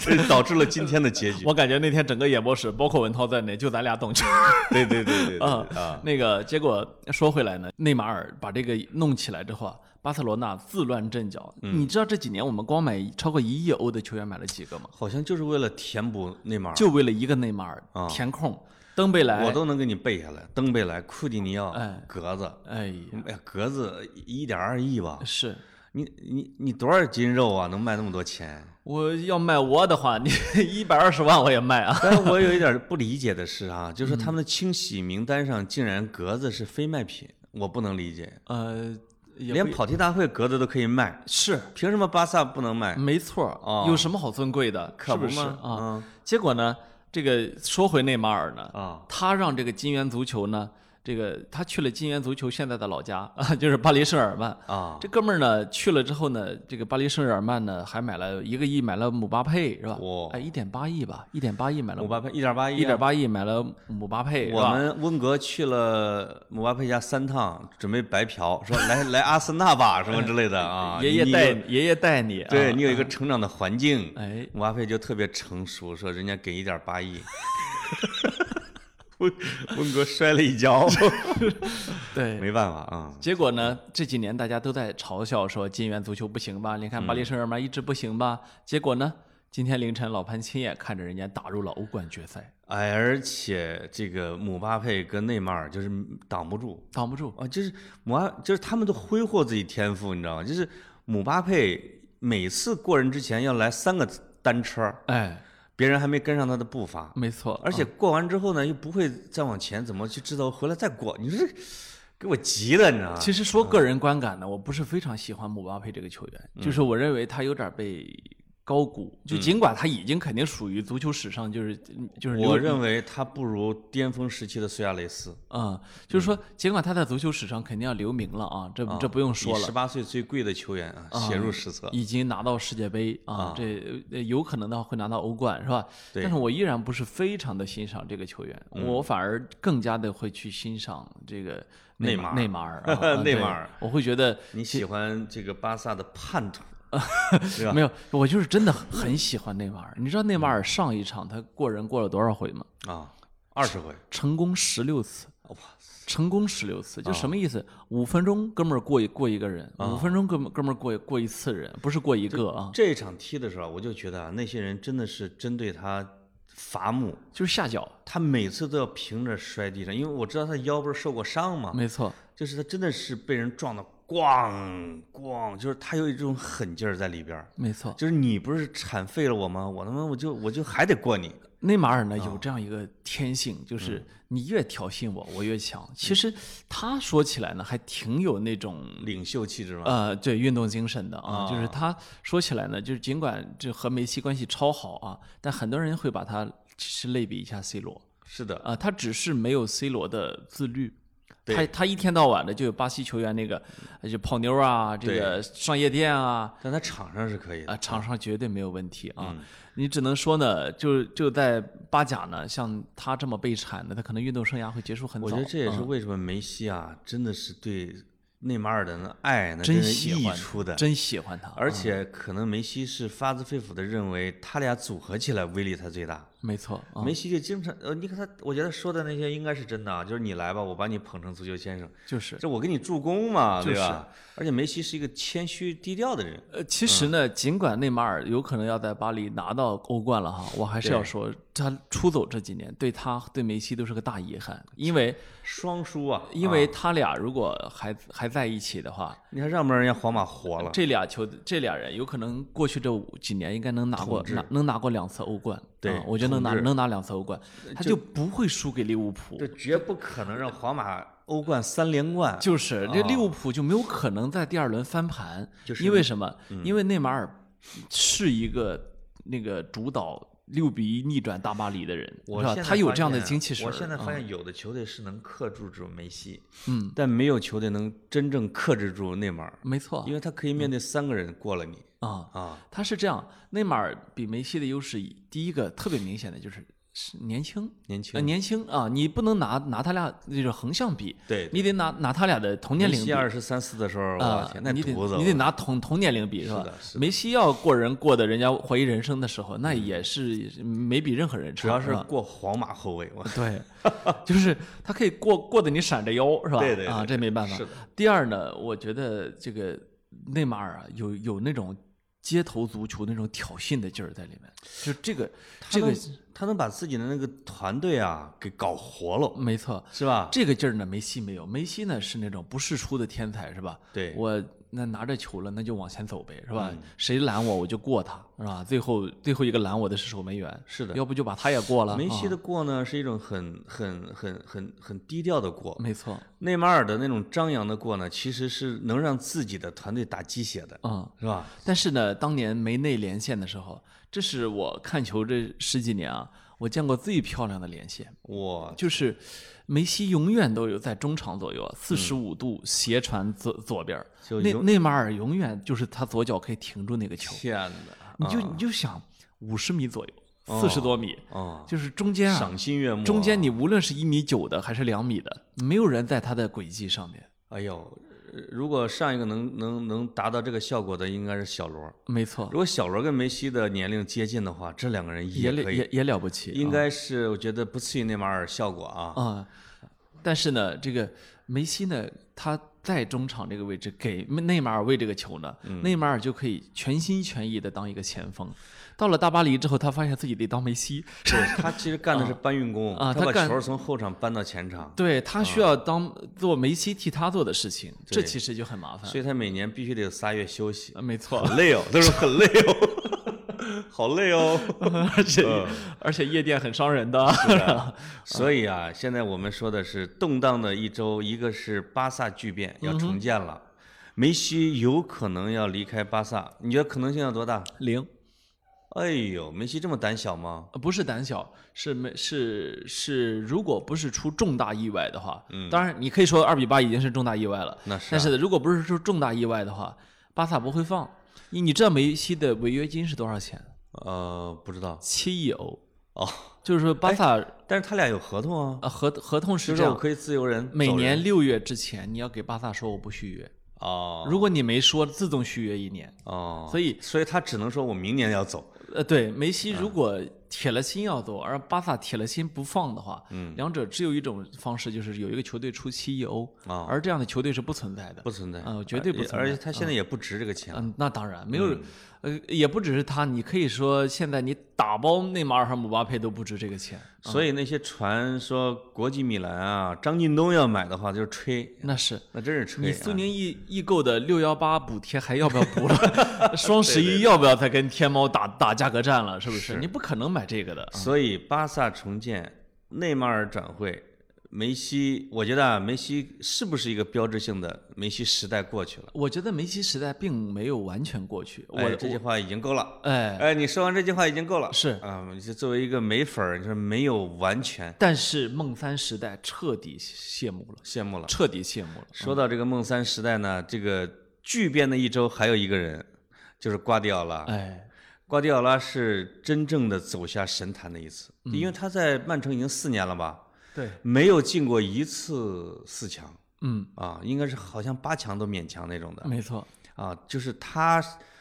Speaker 1: 这导致了今天的结局。
Speaker 2: 我感觉那天整个演播室，包括文涛在内，就咱俩懂球。
Speaker 1: 对对对对对对
Speaker 2: 啊
Speaker 1: 啊，
Speaker 2: 那个结果说回来呢，内马尔把这个弄起来之后啊，巴塞罗那自乱阵脚。
Speaker 1: 嗯
Speaker 2: 你知道这几年我们光买超过一亿欧的球员买了几个吗？
Speaker 1: 好像就是为了填补内马尔，
Speaker 2: 就为了一个内马尔
Speaker 1: 啊
Speaker 2: 填空，登贝莱
Speaker 1: 我都能给你背下来，登贝莱、库蒂尼奥
Speaker 2: 哎、
Speaker 1: 格子，
Speaker 2: 哎，
Speaker 1: 哎呀，格子一点二亿吧，
Speaker 2: 是
Speaker 1: 你你你多少斤肉啊？能卖那么多钱？
Speaker 2: 我要卖我的话，你 一百二十万我也卖 啊。
Speaker 1: 但是我有一点不理解的是啊，就是他们的清洗名单上竟然格子是非卖品，我不能理解。
Speaker 2: 呃，也
Speaker 1: 连
Speaker 2: 不
Speaker 1: 跑题大会格子都可以卖，
Speaker 2: 是
Speaker 1: 凭什么巴萨不能卖？
Speaker 2: 没错儿，
Speaker 1: 哦
Speaker 2: 有什么好尊贵的？
Speaker 1: 可
Speaker 2: 嗯是
Speaker 1: 不嗯
Speaker 2: 不是
Speaker 1: 吗？
Speaker 2: 啊？结果呢，这个说回内马尔呢，
Speaker 1: 嗯啊，
Speaker 2: 他让这个金元足球呢，这个他去了金元足球现在的老家 啊，就是巴黎圣日耳曼。
Speaker 1: 啊！
Speaker 2: 这哥们儿呢去了之后呢，这个巴黎圣日耳曼呢还买了一个亿，买了姆巴佩是吧？
Speaker 1: 哇
Speaker 2: 哎，一点八亿吧，一点八亿买了
Speaker 1: 姆巴佩一点八亿，
Speaker 2: 一点八啊亿买了姆巴佩，
Speaker 1: 我
Speaker 2: 是吧
Speaker 1: 们温格去了姆巴佩家三趟，准备白嫖，说来 来阿森纳吧，什么之类的啊。
Speaker 2: 爷爷
Speaker 1: 你
Speaker 2: 带
Speaker 1: 有，
Speaker 2: 爷爷带你，
Speaker 1: 对
Speaker 2: 啊
Speaker 1: 你有一个成长的环境。
Speaker 2: 哎，
Speaker 1: 姆巴佩就特别成熟，说人家给一点八 亿，温温格摔了一 跤，
Speaker 2: 对。
Speaker 1: 没办法啊。
Speaker 2: 结果呢，这几年大家都在嘲笑说金元足球不行吧？你看巴
Speaker 1: 嗯
Speaker 2: 黎圣日耳曼一直不行吧？结果呢，今天凌晨老潘亲眼看着人家打入了欧冠决赛，
Speaker 1: 哎，而且这个姆巴佩跟内马尔就是挡不住
Speaker 2: 挡不住。
Speaker 1: 啊，就是姆巴就是他们都挥霍自己天赋，你知道吗？就是姆巴佩每次过人之前要来三个单车儿，
Speaker 2: 哎，
Speaker 1: 别人还没跟上他的步伐，
Speaker 2: 没错，
Speaker 1: 而且过完之后呢，又不会再往前，怎么去制造回来再过？你说这给我急的，你知道吗？
Speaker 2: 其实说个人观感呢，我不是非常喜欢姆巴佩这个球员，
Speaker 1: 嗯
Speaker 2: 就是我认为他有点被高估。就尽管他已经肯定属于足球史上就是就是
Speaker 1: 我
Speaker 2: 流
Speaker 1: 认为他不如巅峰时期的苏亚雷斯，
Speaker 2: 嗯，就是说尽管他在足球史上肯定要留名了啊，这这不用说了
Speaker 1: 十。八岁最贵的球员啊，写入史册。
Speaker 2: 已经拿到世界杯啊，这呃有可能的话会拿到欧冠是吧？
Speaker 1: 对嗯
Speaker 2: 但是我依然不是非常的欣赏这个球员，我反而更加的会去欣赏这个
Speaker 1: 内马
Speaker 2: 马
Speaker 1: 尔
Speaker 2: 内马 尔啊啊
Speaker 1: 内马
Speaker 2: 对
Speaker 1: 尔
Speaker 2: 我会 觉得
Speaker 1: 你喜欢这个巴萨的叛徒？对吧嗯
Speaker 2: 没有，我就是真的很喜欢内马尔。你知道内马尔上一场他过人过了多少回吗？
Speaker 1: 啊，二十回，
Speaker 2: 成功十六次，
Speaker 1: 哇塞，啊
Speaker 2: 成功十六次，就什么意思？五分钟哥们儿过一过一个人，五分钟哥们儿哥们儿过一过一次人，不是过一个啊，
Speaker 1: 这一场踢的时候，我就觉得啊，那些人真的是针对他伐木，
Speaker 2: 就是下脚，
Speaker 1: 他每次都要平着摔地上，因为我知道他腰不是受过伤嘛，
Speaker 2: 没错，
Speaker 1: 就是他真的是被人撞的咣咣，就是他有一种狠劲儿在里边儿，
Speaker 2: 没错。
Speaker 1: 就是你不是铲废了我吗？我他妈我就我就还得过你，
Speaker 2: 内马尔呢有这样一个天性，就是你越挑衅我，我越强。其实他说起来呢，还挺有那种
Speaker 1: 领袖气质嘛，
Speaker 2: 呃，对运动精神的啊，
Speaker 1: 啊
Speaker 2: 就是他说起来呢，就是尽管这和梅西关系超好啊，但很多人会把他其实类比一下 C 罗
Speaker 1: 是的，
Speaker 2: 啊、他只是没有 C 罗的自律。
Speaker 1: 对
Speaker 2: 他他一天到晚的就有巴西球员那个，呃就泡妞啊，这个上夜店啊，
Speaker 1: 但他场上是可以的，
Speaker 2: 啊，场上绝对没有问题啊！
Speaker 1: 嗯
Speaker 2: 你只能说呢，就就在巴甲呢，像他这么被铲的，他可能运动生涯会结束很早。
Speaker 1: 我
Speaker 2: 嗯
Speaker 1: 觉得这也是为什么梅西啊，真的是对内马尔的那爱那
Speaker 2: 真
Speaker 1: 是
Speaker 2: 喜
Speaker 1: 溢
Speaker 2: 欢
Speaker 1: 出的，
Speaker 2: 真喜欢他，
Speaker 1: 而且可能梅西是发自肺腑的认为他俩组合起来威力才最大，
Speaker 2: 没错，啊
Speaker 1: 梅西就经常呃，你看他，我觉得说的那些应该是真的啊，就是你来吧，我把你捧成足球先生，
Speaker 2: 就是
Speaker 1: 这我给你助攻嘛，
Speaker 2: 就是
Speaker 1: 对吧？而且梅西是一个谦虚低调的人，
Speaker 2: 呃，其
Speaker 1: 嗯
Speaker 2: 实呢，尽管内马尔有可能要在巴黎拿到欧冠了哈，我还是要
Speaker 1: 对
Speaker 2: 说，他出走这几年对他对梅西都是个大遗憾，因为
Speaker 1: 双输啊，
Speaker 2: 因
Speaker 1: 啊
Speaker 2: 为他俩如果还还在一起的话，
Speaker 1: 你看让不让人家皇马活了？
Speaker 2: 这俩球这俩人有可能过去这五几年应该能拿过拿能拿过两次欧冠，
Speaker 1: 对
Speaker 2: 啊我觉得能拿
Speaker 1: 统治呃
Speaker 2: 能拿两次欧冠，他就不会输给利物浦
Speaker 1: 这。绝不可能让皇马欧冠三连冠，
Speaker 2: 就是这利物浦就没有可能在第二轮翻盘，
Speaker 1: 啊就是嗯
Speaker 2: 因为什么？因为内马尔是一个那个主导六比一逆转大巴黎的人，
Speaker 1: 我
Speaker 2: 是吧？
Speaker 1: 现在
Speaker 2: 他有
Speaker 1: 发
Speaker 2: 这样的
Speaker 1: 现
Speaker 2: 精气神儿。
Speaker 1: 我现在发
Speaker 2: 嗯
Speaker 1: 现有的球队是能克制住梅西，
Speaker 2: 嗯，
Speaker 1: 但没有球队能真正克制住内马尔，
Speaker 2: 没错
Speaker 1: 因为他可以
Speaker 2: 嗯
Speaker 1: 面对三个人过了你
Speaker 2: 啊，
Speaker 1: 啊。
Speaker 2: 他是这样。内马尔比梅西的优势，第一个特别明显的就是是年轻，
Speaker 1: 年
Speaker 2: 呃，
Speaker 1: 轻，
Speaker 2: 年轻啊，你不能拿拿他俩就是横向比，
Speaker 1: 对，
Speaker 2: 你得拿拿他俩的同年
Speaker 1: 梅
Speaker 2: 龄
Speaker 1: 西
Speaker 2: 比。
Speaker 1: 二十三四的时候，我
Speaker 2: 啊
Speaker 1: 的、天，那
Speaker 2: 你得
Speaker 1: 犊子，
Speaker 2: 你得拿同同年龄比是吧？
Speaker 1: 的是
Speaker 2: 梅西要过人过的人家怀疑人生的时候，那也是没比任何人差。
Speaker 1: 主要是
Speaker 2: 吧
Speaker 1: 过皇马后卫，我
Speaker 2: 对，就是他可以过过得你闪着腰是吧？
Speaker 1: 对对对
Speaker 2: 啊，这没办法
Speaker 1: 是的。
Speaker 2: 第二呢，我觉得这个内马尔啊，有有那种街头足球那种挑衅的劲儿在里面，就这个这个
Speaker 1: 他能把自己的那个团队啊给搞活了，
Speaker 2: 没错，
Speaker 1: 是吧？
Speaker 2: 嗯这个劲儿呢，梅西没有。梅西呢是那种不世出的天才，是吧？
Speaker 1: 对嗯
Speaker 2: 我那拿着球了，那就往前走呗，是吧？谁拦我，我就过他，是吧？最后最后一个拦我的是守门员，
Speaker 1: 是的
Speaker 2: 要不就把他也过了。
Speaker 1: 梅西
Speaker 2: 啊
Speaker 1: 的过呢是一种很很很很很低调的过，
Speaker 2: 啊没错，
Speaker 1: 内马尔的那种张扬的过呢，其实是能让自己的团队打鸡血的，
Speaker 2: 嗯。
Speaker 1: 是吧？
Speaker 2: 但是呢，当年梅内连线的时候，这是我看球这十几年啊，我见过最漂亮的连线。
Speaker 1: 我
Speaker 2: 就是梅西永远都有在中场左右啊，四十五度斜传左左边儿，
Speaker 1: 嗯就
Speaker 2: 内
Speaker 1: 永
Speaker 2: 内马尔永远就是他左脚可以停住那个球。
Speaker 1: 天哪，
Speaker 2: 你就你就想五十米左右，四十多米，
Speaker 1: 啊，
Speaker 2: 就是中间啊，
Speaker 1: 哦赏心悦目啊。
Speaker 2: 中间你无论是一米九的还是两米的，没有人在他的轨迹上面。
Speaker 1: 哎呦，呃如果上一个能能能达到这个效果的，应该是小罗。
Speaker 2: 没错
Speaker 1: 如，果小罗跟梅西的年龄接近的话，这两个人
Speaker 2: 也了
Speaker 1: 可以，
Speaker 2: 也也了不起，
Speaker 1: 应该是我觉得不次于内马尔效果啊。
Speaker 2: 啊、但是呢，这个梅西呢，他在中场这个位置给内马尔喂这个球呢，
Speaker 1: 嗯
Speaker 2: 内马尔就可以全心全意的当一个前锋。到了大巴黎之后，他发现自己得当梅西，
Speaker 1: 对他其实干的是搬运工，
Speaker 2: 啊
Speaker 1: 他
Speaker 2: 他
Speaker 1: 把
Speaker 2: 干
Speaker 1: 球从后场搬到前场，
Speaker 2: 对他需
Speaker 1: 啊
Speaker 2: 要当做梅西替他做的事情，这其实就很麻烦。
Speaker 1: 所以他每年必须得有仨月休息。
Speaker 2: 呃没错，
Speaker 1: 好累哦，他说很累哦， 好累哦。
Speaker 2: 而
Speaker 1: 嗯
Speaker 2: 且而且夜店很伤人的，
Speaker 1: 所以啊，现在我们说的是动荡的一周，一个是巴萨巨变
Speaker 2: 嗯
Speaker 1: 要重建了，梅西有可能要离开巴萨，你觉得可能性有多大？
Speaker 2: 零
Speaker 1: 哎呦，梅西这么胆小吗？
Speaker 2: 呃不是胆小，是没是是，如果不是出重大意外的话，嗯，当然你可以说二比八已经是重大意外了，
Speaker 1: 那是啊
Speaker 2: 但是如果不是出重大意外的话，巴萨不会放。你你知道梅西的违约金是多少钱？
Speaker 1: 呃，不知道
Speaker 2: 七亿欧，
Speaker 1: 哦，
Speaker 2: 就是说巴萨
Speaker 1: 但是他俩有合同啊，
Speaker 2: 呃合合同
Speaker 1: 哎就是是
Speaker 2: 这
Speaker 1: 我
Speaker 2: 样，
Speaker 1: 可以自由人，
Speaker 2: 每
Speaker 1: 走人
Speaker 2: 年六月之前你要给巴萨说我不续约，
Speaker 1: 哦
Speaker 2: 如果你没说，自动续约一年。
Speaker 1: 哦，
Speaker 2: 所以
Speaker 1: 所以他只能说我明年要走，
Speaker 2: 呃，对，梅西
Speaker 1: 嗯
Speaker 2: 如果铁了心要走，而巴萨铁了心不放的话，嗯，两者只有一种方式，就是有一个球队出七亿欧，
Speaker 1: 哦
Speaker 2: 而这样的球队是不存在的。
Speaker 1: 不存在，
Speaker 2: 啊绝对不
Speaker 1: 而
Speaker 2: 存在
Speaker 1: 而且他现在也不值这个钱了，
Speaker 2: 嗯，那当然没有，呃，也不只是他，你可以说现在你打包内马尔和姆巴佩都不值这个钱，
Speaker 1: 所以那些传说国际米兰啊，张近东要买的话就是吹，
Speaker 2: 那是。
Speaker 1: 那真是吹、
Speaker 2: 你
Speaker 1: 啊。
Speaker 2: 苏宁易易购的六幺八补贴还要不要补 了？双十一要不要再跟天猫打打价格战了？是不是？你不可能买这个的。
Speaker 1: 所以巴萨重建，内马尔转会，梅西，我觉得啊，梅西是不是一个标志性的梅西时代过去了？
Speaker 2: 我觉得梅西时代并没有完全过去。我
Speaker 1: 哎，这句话已经够了。
Speaker 2: 哎，
Speaker 1: 哎，你说完这句话已经够了。
Speaker 2: 是
Speaker 1: 啊，你就作为一个梅粉儿，你说没有完全
Speaker 2: 但是梦三时代彻底谢幕了，
Speaker 1: 羡慕了。
Speaker 2: 彻底谢幕了。
Speaker 1: 说到这个梦三时代呢，这个巨变的一周还有一个人，就是瓜迪奥拉。
Speaker 2: 哎，
Speaker 1: 瓜迪奥拉是真正的走下神坛的一次，
Speaker 2: 嗯
Speaker 1: 因为他在曼城已经四年了吧，
Speaker 2: 对，
Speaker 1: 没有进过一次四强
Speaker 2: 嗯，
Speaker 1: 啊，应该是好像八强都勉强那种的
Speaker 2: 没错，
Speaker 1: 啊，就是他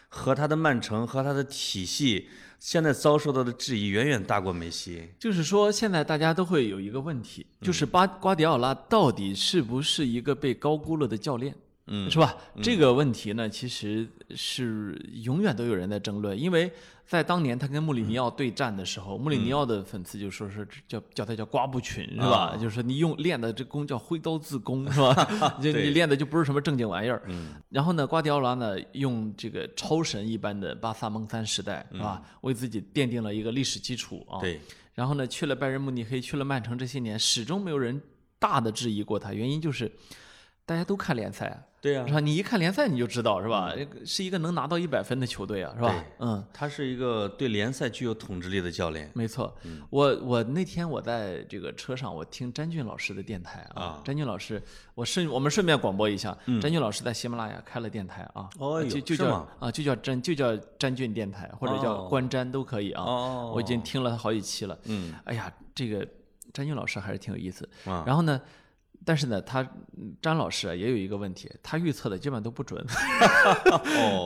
Speaker 1: 和他的曼城和他的体系现在遭受到的质疑远远大过梅西。
Speaker 2: 就是说，现在大家都会有一个问题，
Speaker 1: 嗯
Speaker 2: 就是巴瓜迪奥拉到底是不是一个被高估了的教练？
Speaker 1: 嗯
Speaker 2: 是吧？这个问题呢，其实是永远都有人在争论，因为在当年他跟穆里尼奥对战的时候，穆里
Speaker 1: 嗯
Speaker 2: 尼奥的粉丝就说是叫叫他叫瓜布群是吧？
Speaker 1: 啊
Speaker 2: 就是说你用练的这功叫挥刀自 宫是吧？就你
Speaker 1: 对嗯
Speaker 2: 练的就不是什么正经玩意儿。然后呢，瓜迪奥拉呢用这个超神一般的巴萨蒙三时代是
Speaker 1: 嗯
Speaker 2: 吧，为自己奠定了一个历史基础啊。
Speaker 1: 对，
Speaker 2: 然后呢，去了拜仁慕尼黑，去了曼城，这些年始终没有人大的质疑过他，原因就是大家都看联赛啊。
Speaker 1: 对呀
Speaker 2: 是吧？你一看联赛你就知道是吧？这个是一个能拿到一百分的球队啊，是吧
Speaker 1: 对？
Speaker 2: 嗯，
Speaker 1: 他是一个对联赛具有统治力的教练。
Speaker 2: 没错。
Speaker 1: 嗯
Speaker 2: 我我那天我在这个车上，我听詹俊老师的电台啊
Speaker 1: 啊，嗯
Speaker 2: 詹俊老师，我顺我们顺便广播一下，詹俊老师在喜马拉雅开了电台啊，
Speaker 1: 哦呦
Speaker 2: 就就是叫
Speaker 1: 吗
Speaker 2: 啊就叫詹就叫詹俊电台或者叫
Speaker 1: 哦
Speaker 2: 观詹都可以啊。
Speaker 1: 哦
Speaker 2: 我已经听了好几期了。
Speaker 1: 嗯，
Speaker 2: 哎呀，这个詹俊老师还是挺有意思。
Speaker 1: 啊
Speaker 2: 然后呢，但是呢，他嗯詹老师啊也有一个问题，他预测的基本上都不准。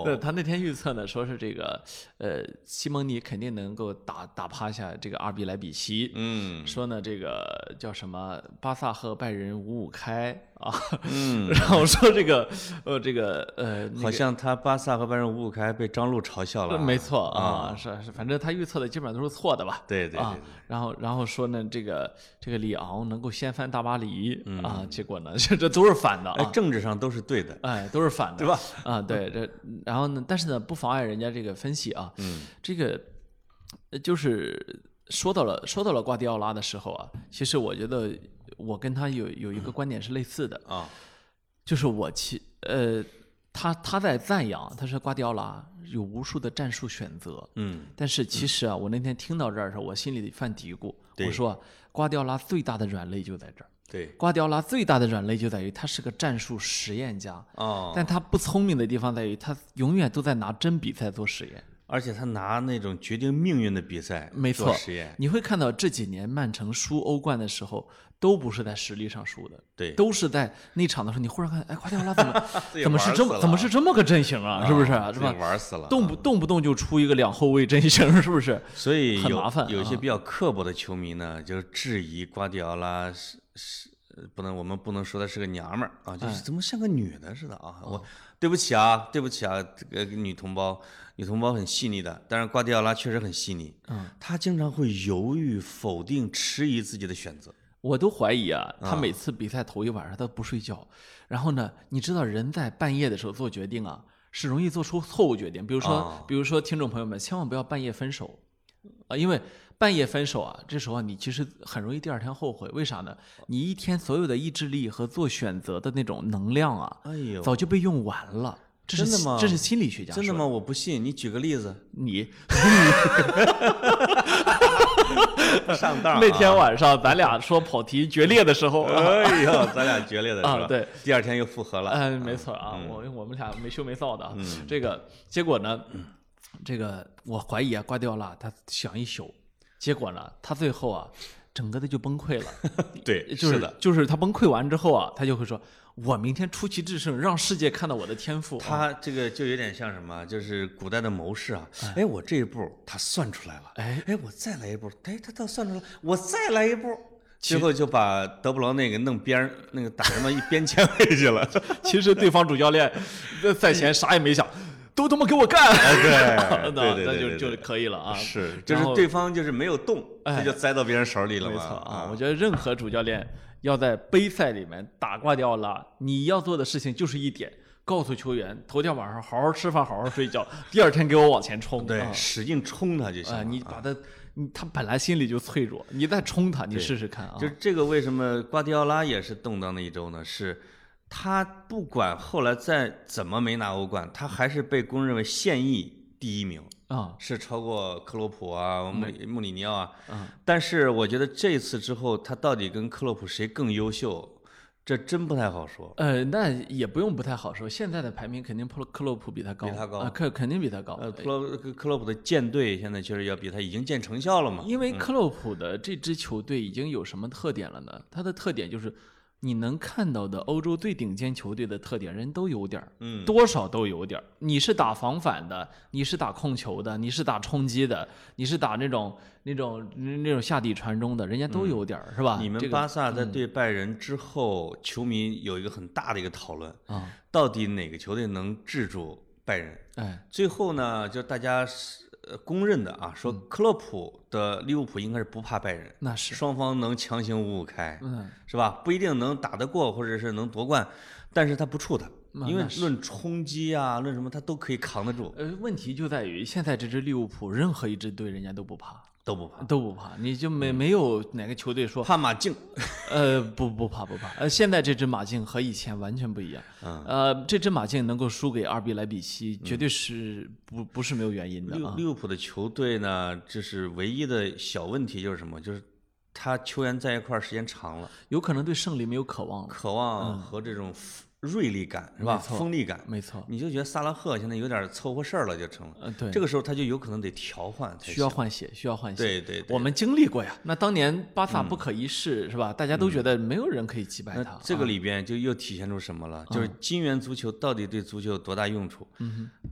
Speaker 2: 对
Speaker 1: 哦，
Speaker 2: 他那天预测呢，说是这个呃，西蒙尼肯定能够打打趴下这个阿比莱比锡。
Speaker 1: 嗯
Speaker 2: 说呢，这个叫什么？巴萨和拜仁五五开啊，
Speaker 1: 嗯，
Speaker 2: 然后说这个，呃，这个呃，那
Speaker 1: 好
Speaker 2: 个
Speaker 1: 像他巴萨和拜仁五五开被张璐嘲笑了。
Speaker 2: 没错啊，
Speaker 1: 啊
Speaker 2: 是是，反正他预测的基本上都是错的吧？
Speaker 1: 对对
Speaker 2: 啊
Speaker 1: 对，
Speaker 2: 然后然后说呢，这个这个里昂能够掀翻大巴黎、
Speaker 1: 嗯
Speaker 2: 啊，结果呢， 这这都是反的
Speaker 1: 哎，
Speaker 2: 啊，
Speaker 1: 政治上都是对的。
Speaker 2: 哎，都是反的，
Speaker 1: 对吧？
Speaker 2: 啊， 对，这然后呢，但是呢，不妨碍人家这个分析啊，
Speaker 1: 嗯，
Speaker 2: 这个呃就是说到了说到了瓜迪奥拉的时候啊，其实我觉得我跟他有有一个观点是类似的，
Speaker 1: 啊，
Speaker 2: 就是我其呃，他他在赞扬，他说瓜迪奥拉有无数的战术选择，
Speaker 1: 嗯，
Speaker 2: 但是其实啊，我那天听到这儿的时候，我心里犯嘀咕，
Speaker 1: 对
Speaker 2: 我说啊瓜迪奥拉最大的软肋就在这儿，
Speaker 1: 对，
Speaker 2: 瓜迪奥拉最大的软肋就在于他是个战术实验家。
Speaker 1: 哦，
Speaker 2: 但他不聪明的地方在于，他永远都在拿真比赛做实验。
Speaker 1: 而且他拿那种决定命运的比赛
Speaker 2: 没
Speaker 1: 做
Speaker 2: 错
Speaker 1: 实验，
Speaker 2: 你会看到这几年曼城输欧冠的时候，都不是在实力上输的，
Speaker 1: 对，
Speaker 2: 都是在那场的时候，你忽然看，哎，瓜迪奥拉怎么
Speaker 1: 自己
Speaker 2: 怎么是
Speaker 1: 玩
Speaker 2: 这
Speaker 1: 死
Speaker 2: 么
Speaker 1: 了
Speaker 2: 怎么是这么个阵型啊？是不是啊？
Speaker 1: 啊
Speaker 2: 是吧
Speaker 1: 自己？玩死了，
Speaker 2: 动不动不动就出一个两后卫阵型，是不是？
Speaker 1: 所以
Speaker 2: 很
Speaker 1: 有
Speaker 2: 麻烦
Speaker 1: 有一些
Speaker 2: 啊
Speaker 1: 比较刻薄的球迷呢，就是质疑瓜迪奥拉是是呃不能，我们不能说他是个娘们儿
Speaker 2: 哎
Speaker 1: 啊，就是怎么像个女的似的啊。
Speaker 2: 哦
Speaker 1: 我对不起啊，对不起啊，这个女同胞，女同胞很细腻的，但是瓜迪奥拉确实很细腻，嗯，她经常会犹豫、否定、迟疑自己的选择。
Speaker 2: 我都怀疑啊，他每次比赛头一晚上他不睡觉，然后呢，你知道人在半夜的时候做决定啊，是容易做出错误决定。比如说，
Speaker 1: 啊
Speaker 2: 比如说听众朋友们，千万不要半夜分手啊，因为半夜分手啊，这时候啊你其实很容易第二天后悔。为啥呢？你一天所有的意志力和做选择的那种能量啊，
Speaker 1: 哎呦，
Speaker 2: 早就被用完了。这是
Speaker 1: 真的
Speaker 2: 心
Speaker 1: 吗
Speaker 2: 这是心理学家
Speaker 1: 真的
Speaker 2: 说
Speaker 1: 吗？我不信，你举个例 子。
Speaker 2: 你
Speaker 1: 上当、啊。
Speaker 2: 那天晚上咱俩说跑题决裂的时 候，
Speaker 1: 哎呦，咱俩决裂的是吧？
Speaker 2: 啊对，
Speaker 1: 第二天又复 合了。
Speaker 2: 嗯，没错啊，我我们俩没羞没臊的啊。
Speaker 1: 嗯
Speaker 2: 这个结果呢，这个我怀疑啊，瓜迪奥拉他想一宿，结果呢，他最后啊，整个的就崩 溃了。
Speaker 1: 对，
Speaker 2: 就是
Speaker 1: 的。
Speaker 2: 就是他崩溃完之后啊，他就会说：“我明天出奇制胜，让世界看到我的天赋。”
Speaker 1: 他这个就有点像什么，就是古代的谋士啊。哎，我这一步他算出来了，
Speaker 2: 哎
Speaker 1: 哎，我再来一步，哎，他倒算出来了，我再来一步，最后就把德布劳内给弄边儿那个打什么一边前卫去了。
Speaker 2: 其实对方主教 练在赛前啥也没想，都他妈给我干，
Speaker 1: 哎对
Speaker 2: 那
Speaker 1: 对对
Speaker 2: 那
Speaker 1: 对
Speaker 2: 就
Speaker 1: 对
Speaker 2: 就
Speaker 1: 对
Speaker 2: 可以了 啊。
Speaker 1: 是，就
Speaker 2: 然
Speaker 1: 是
Speaker 2: 后哎
Speaker 1: 对方就是没有动，他就栽到别人手里了
Speaker 2: 没
Speaker 1: 嘛。
Speaker 2: 错啊，我觉得任何主教练要在杯赛里面打瓜迪奥拉，你要做的事情就是一点，告诉球员头天晚上好好吃饭，好好睡觉， 第二天给我往前冲。
Speaker 1: 对，嗯
Speaker 2: 啊，
Speaker 1: 使劲冲他就行
Speaker 2: 啊
Speaker 1: 了。
Speaker 2: 你把他，你他本来心里就脆弱，你再冲他，你试试看啊。
Speaker 1: 就是这个为什么瓜迪奥拉也是动荡的一周呢？是他不管后来再怎么没拿欧冠，他还是被公认为现役第一名，
Speaker 2: 啊，
Speaker 1: 是超过克洛普啊、
Speaker 2: 嗯
Speaker 1: 穆里穆里尼奥啊。但是我觉得这次之后，他到底跟克洛普谁更优秀，这真不太好说。
Speaker 2: 呃，那也不用不太好说，现在的排名肯定克洛克洛普比他高，
Speaker 1: 比他高
Speaker 2: 啊，克肯定比他高。
Speaker 1: 呃，克洛克洛普的舰队现在确实要比他已经见成效了嘛。
Speaker 2: 因为克洛普的这支球队已经有什么特点了呢？他的特点就是你能看到的欧洲最顶尖球队的特点，人都有点儿，
Speaker 1: 嗯
Speaker 2: 多少都有点儿。你是打防反的，你是打控球的，你是打冲击的，你是打那种那种那那种下底传中的，人家都有点儿，是吧？
Speaker 1: 嗯你们
Speaker 2: 啊这个嗯
Speaker 1: 巴萨在对拜仁之后，球迷有一个很大的一个讨论，
Speaker 2: 啊，
Speaker 1: 到底哪个球队能制住拜仁？
Speaker 2: 哎，
Speaker 1: 最后呢，就大家是呃公认的啊，说克洛普的利物浦应该是不怕拜仁，
Speaker 2: 那嗯是，
Speaker 1: 双方能强行五五开，
Speaker 2: 嗯，
Speaker 1: 是吧？不一定能打得过，或者是能夺冠，但是他不怵他，
Speaker 2: 那
Speaker 1: 因为
Speaker 2: 那是
Speaker 1: 论冲击啊，论什么他都可以扛得住，
Speaker 2: 呃，问题就在于现在这支利物浦，任何一支队人家都不怕，
Speaker 1: 都不怕，
Speaker 2: 都不怕，你就
Speaker 1: 嗯
Speaker 2: 没没有哪个球队说
Speaker 1: 怕马竞。
Speaker 2: 呃，不不怕不怕，呃，现在这只马竞和以前完全不一样。
Speaker 1: 嗯
Speaker 2: 呃，这只马竞能够输给阿比莱比锡，绝对是不不是没有原因的
Speaker 1: 利物
Speaker 2: 啊。
Speaker 1: 利物浦的球队呢，这是唯一的小问题就是什么？就是他球员在一块儿时间长了，
Speaker 2: 有可能对胜利没有渴望了。
Speaker 1: 渴望和这种锐利感是吧？
Speaker 2: 嗯没错
Speaker 1: 锋利感，
Speaker 2: 没错，
Speaker 1: 你就觉得萨拉赫现在有点凑合事儿了，就成了。
Speaker 2: 呃，对，
Speaker 1: 这个时候他就有可能得调换才行，
Speaker 2: 需要换血，需要换血。
Speaker 1: 对对对。嗯
Speaker 2: 我们经历过呀。那当年巴萨不可一世、是吧？大家都觉得没有人可以击败他啊
Speaker 1: 那。
Speaker 2: 嗯
Speaker 1: 这个里边就又体现出什么了？就是金元足球到底对足球有多大用处？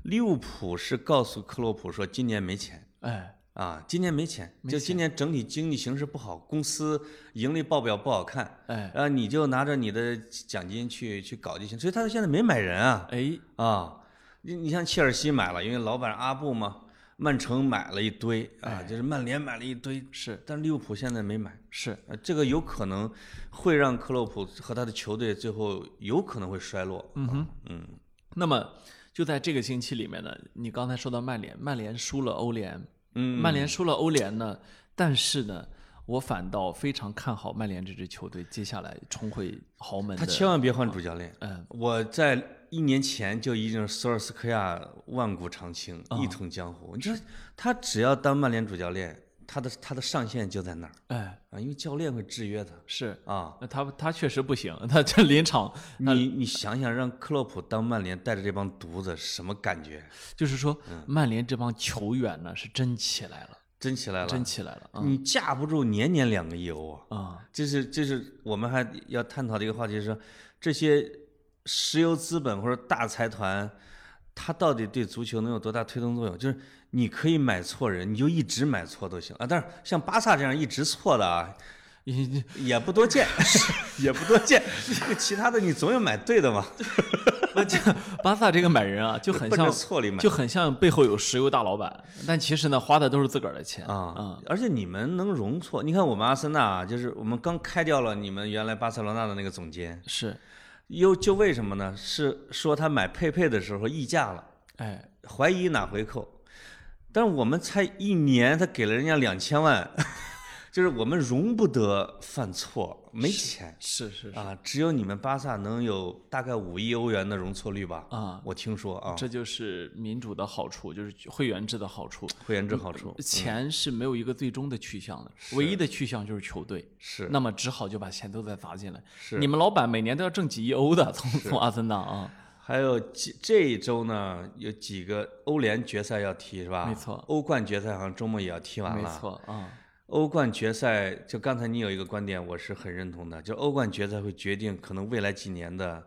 Speaker 1: 利物浦是告诉克洛普说今年没钱，
Speaker 2: 哎，
Speaker 1: 啊，今年没钱，就今年整体经济形势不好，公司盈利报表不好看，
Speaker 2: 哎，
Speaker 1: 然后你就拿着你的奖金去去搞就行。所以他现在没买人啊
Speaker 2: 哎，
Speaker 1: 啊，你你像切尔西买了，因为老板阿布嘛，曼城买了一堆啊，就是曼联买了一堆，
Speaker 2: 是
Speaker 1: 但利物浦现在没买，
Speaker 2: 是，
Speaker 1: 呃，这个有可能会让克洛普和他的球队最后有可能会衰落。嗯哼，嗯，
Speaker 2: 那么就在这个星期里面呢，你刚才说到曼联，曼联输了欧联，
Speaker 1: 嗯
Speaker 2: 曼联输了欧联呢，但是呢，我反倒非常看好曼联这支球队接下来重回豪门的。
Speaker 1: 他千万别换主教练。
Speaker 2: 嗯，
Speaker 1: 我在一年前就已经是索尔斯克亚万古长青，
Speaker 2: 哦
Speaker 1: 一统江湖。你说他只要当曼联主教练，他的他的上限就在那儿
Speaker 2: 哎，
Speaker 1: 啊，因为教练会制约他
Speaker 2: 是，
Speaker 1: 啊。
Speaker 2: 那他他确实不行， 他这临场
Speaker 1: 你你想想，让克洛普当曼联带着这帮犊子，什么感觉？
Speaker 2: 就是说，
Speaker 1: 嗯
Speaker 2: 曼联这帮球员呢是真起来了，
Speaker 1: 真起来了，
Speaker 2: 真起来了啊
Speaker 1: 你架不住年年两个亿欧啊！
Speaker 2: 啊！
Speaker 1: 这是这是我们还要探讨的一个话题是说，这些石油资本或者大财团，它到底对足球能有多大推动作用？就是你可以买错人，你就一直买错都行啊。但是像巴萨这样一直错的啊，
Speaker 2: 你你
Speaker 1: 也不多 见，也不多见。其他的你总有买对的嘛，
Speaker 2: 我这巴萨这个买人啊，就很
Speaker 1: 奔着
Speaker 2: 像
Speaker 1: 错里买
Speaker 2: 就很像背后有石油大老板，但其实呢，花的都是自个儿的钱嗯
Speaker 1: 啊。而且你们能容错，你看我们阿森纳啊，就是我们刚开掉了你们原来巴塞罗那的那个总监，
Speaker 2: 是，
Speaker 1: 又就为什么呢？是说他买佩佩的时候溢价了。
Speaker 2: 哎，
Speaker 1: 怀疑拿回扣，但是我们才一年，他给了人家两千万，就是我们容不得犯错，没钱
Speaker 2: 是是是，
Speaker 1: 啊！只有你们巴萨能有大概五亿欧元的容错率吧？
Speaker 2: 啊，
Speaker 1: 我听说啊，
Speaker 2: 这就是民主的好处，就是会员制的好处。
Speaker 1: 会员制好处
Speaker 2: 钱是没有一个最终的去向的，唯一的去向就是球队。
Speaker 1: 是
Speaker 2: 那么只好就把钱都再砸进来。
Speaker 1: 是
Speaker 2: 你们老板每年都要挣几亿欧的，从从阿森纳啊，
Speaker 1: 还有这这一周呢，有几个欧联决赛要踢是吧？
Speaker 2: 没错
Speaker 1: 欧冠决赛好像周末也要踢完了。
Speaker 2: 没错啊，
Speaker 1: 欧冠决赛，就刚才你有一个观点，我是很认同的，就欧冠决赛会决定可能未来几年的，